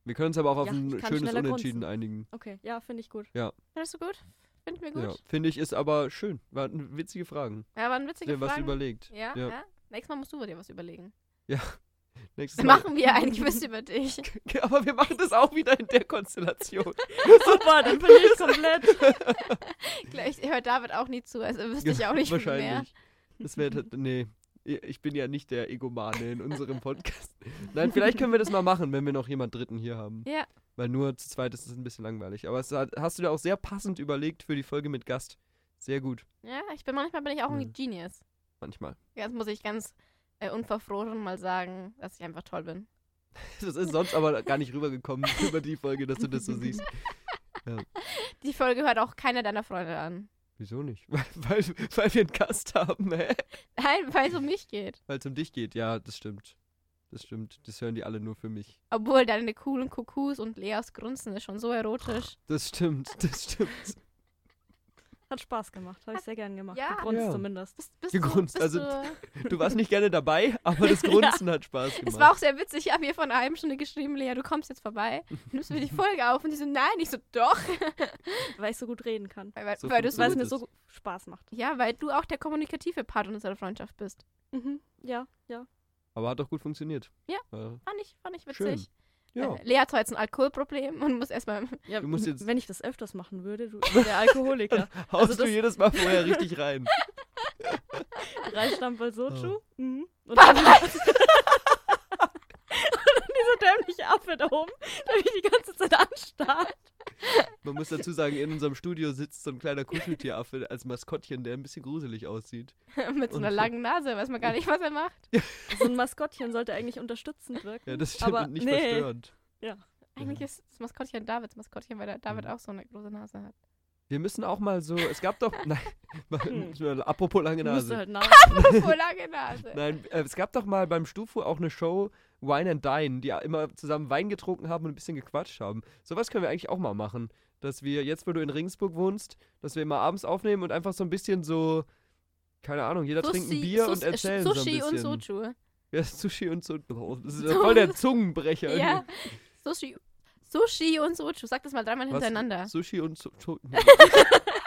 Wir können uns aber auch auf
Ja,
ein
ich kann
schönes
schneller
Unentschieden
grunzen.
einigen.
Okay, ja, finde ich gut.
Findest du gut? Finden wir
Ja,
gut.
finde ich, ist aber schön. Waren witzige Fragen.
Ja, waren witzige
Dir was
Fragen.
überlegt.
ja,
Ja.
ja, Nächstes Mal musst du dir was überlegen.
Nächstes
Dann
Mal.
machen wir ein Quiz über dich.
Aber wir machen das auch wieder in der Konstellation.
Super, dann bin ich komplett.
Gleich hört David auch nie zu, also wüsste ich auch nicht viel mehr.
Wahrscheinlich. Das wäre, t- nee, ich bin ja nicht der Egomane in unserem Podcast. Nein, vielleicht können wir das mal machen, wenn wir noch jemand Dritten hier haben.
Ja.
Weil nur zu zweit ist es ein bisschen langweilig. Aber es hat, hast du dir auch sehr passend überlegt für die Folge mit Gast. Sehr gut,
Ja, ich bin manchmal bin ich auch ein Genius.
manchmal.
Das muss ich ganz äh, unverfroren mal sagen, dass ich einfach toll bin.
Das ist sonst aber gar nicht rübergekommen über die Folge, dass du das so siehst.
Die Folge hört auch keiner deiner Freunde an.
Wieso nicht? Weil, weil, weil wir einen Gast haben, hä?
Nein, weil es um mich geht.
Weil es um dich geht. Ja, das stimmt. Das stimmt. Das hören die alle nur für mich.
Obwohl deine coolen Kuckus und Leas Grunzen ist schon so erotisch.
Das stimmt. Das stimmt.
Hat Spaß gemacht, habe ich sehr gern gemacht.
Ja.
Gegrunzt
Ja.
zumindest.
Bist, bist
Gegrunzt,
Du, bist
also-
du,
Du warst nicht gerne dabei, aber das Grunzen hat Spaß gemacht.
es war auch sehr witzig. Ich habe mir vor einer halben Stunde geschrieben, Lea, du kommst jetzt vorbei, nimmst mir die Folge auf. Und die so, nein, ich so, doch.
Weil ich so gut reden kann.
Weil, weil,
So
weil du so,
funktioniert-
Weil es mir
ist
so Spaß macht.
ja, weil du auch der kommunikative Part unserer Freundschaft bist.
Mhm. Ja, ja.
Aber hat doch gut funktioniert.
Ja.
Äh,
Fand ich, fand ich
schön.
witzig.
Ja.
Äh, Lea hat zwar jetzt ein Alkoholproblem und muss erstmal
ja
Du musst jetzt-
wenn ich das öfters machen würde, du der Alkoholiker.
Haust
also
du
das-
jedes Mal vorher richtig rein.
Reisstampel Sochu.
Oh.
Mhm. Und dann, und dann dieser dämliche Affe da oben, der mich die ganze Zeit anstarrt.
Man muss dazu sagen, in unserem Studio sitzt so ein kleiner Kuscheltieraffe als Maskottchen, der ein bisschen gruselig aussieht.
mit so einer
Und-
langen Nase, weiß man gar nicht, was er macht.
So ein Maskottchen sollte eigentlich unterstützend wirken.
Ja, das stimmt
aber
und nicht
nee.
verstörend.
Eigentlich ist das Maskottchen Davids Maskottchen, weil der David
Ja.
auch so eine große Nase hat.
Wir müssen auch mal so, es gab doch, nein, mal- apropos lange
Hm. Du musst
Nase.
halt nach.
Voll lange Nase.
Nein, äh, es gab doch mal beim Stufu auch eine Show Wine and Dine, die ja immer zusammen Wein getrunken haben und ein bisschen gequatscht haben. Sowas können wir eigentlich auch mal machen, dass wir jetzt, wo du in Regensburg wohnst, dass wir immer abends aufnehmen und einfach so ein bisschen so keine Ahnung, jeder trinkt ein Bier und
Sus- äh,
erzählt so ein
Sushi
bisschen.
und Sochu.
Ja, Sushi und so. Oh, das ist ja voll der Zungenbrecher.
Ja. Sushi. Sushi und Sochu. Sag das mal dreimal
Was?
hintereinander.
Sushi und so. so- Nee,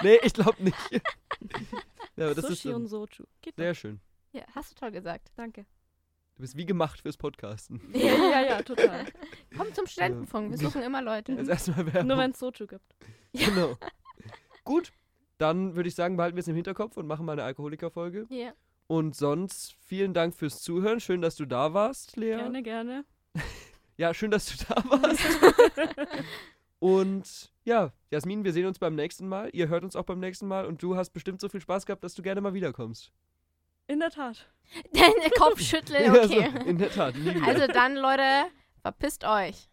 nee, ich glaube nicht. Ja, aber das ist
Sushi
ähm,
und Sochu. Geht doch.
sehr schön.
Ja, hast du toll gesagt.
Danke.
Du bist wie gemacht fürs Podcasten.
Ja, ja, ja, total.
Komm zum Studentenfunk, wir suchen immer
Jetzt
Leute.
erstmal Werbung.
Nur wenn es Sochu gibt.
Genau. Gut, dann würde ich sagen, behalten wir es im Hinterkopf und machen mal eine Alkoholikerfolge.
Ja.
Und sonst vielen Dank fürs Zuhören. Schön, dass du da warst, Lea.
Gerne, gerne.
Ja, schön, dass du da warst. und ja, Jasmin, wir sehen uns beim nächsten Mal. Ihr hört uns auch beim nächsten Mal und du hast bestimmt so viel Spaß gehabt, dass du gerne mal wiederkommst.
In der Tat.
Deine Kopfschüttel,
Ja, so,
okay.
in Also, der Tat. nie wieder.
Also dann, Leute, verpisst euch.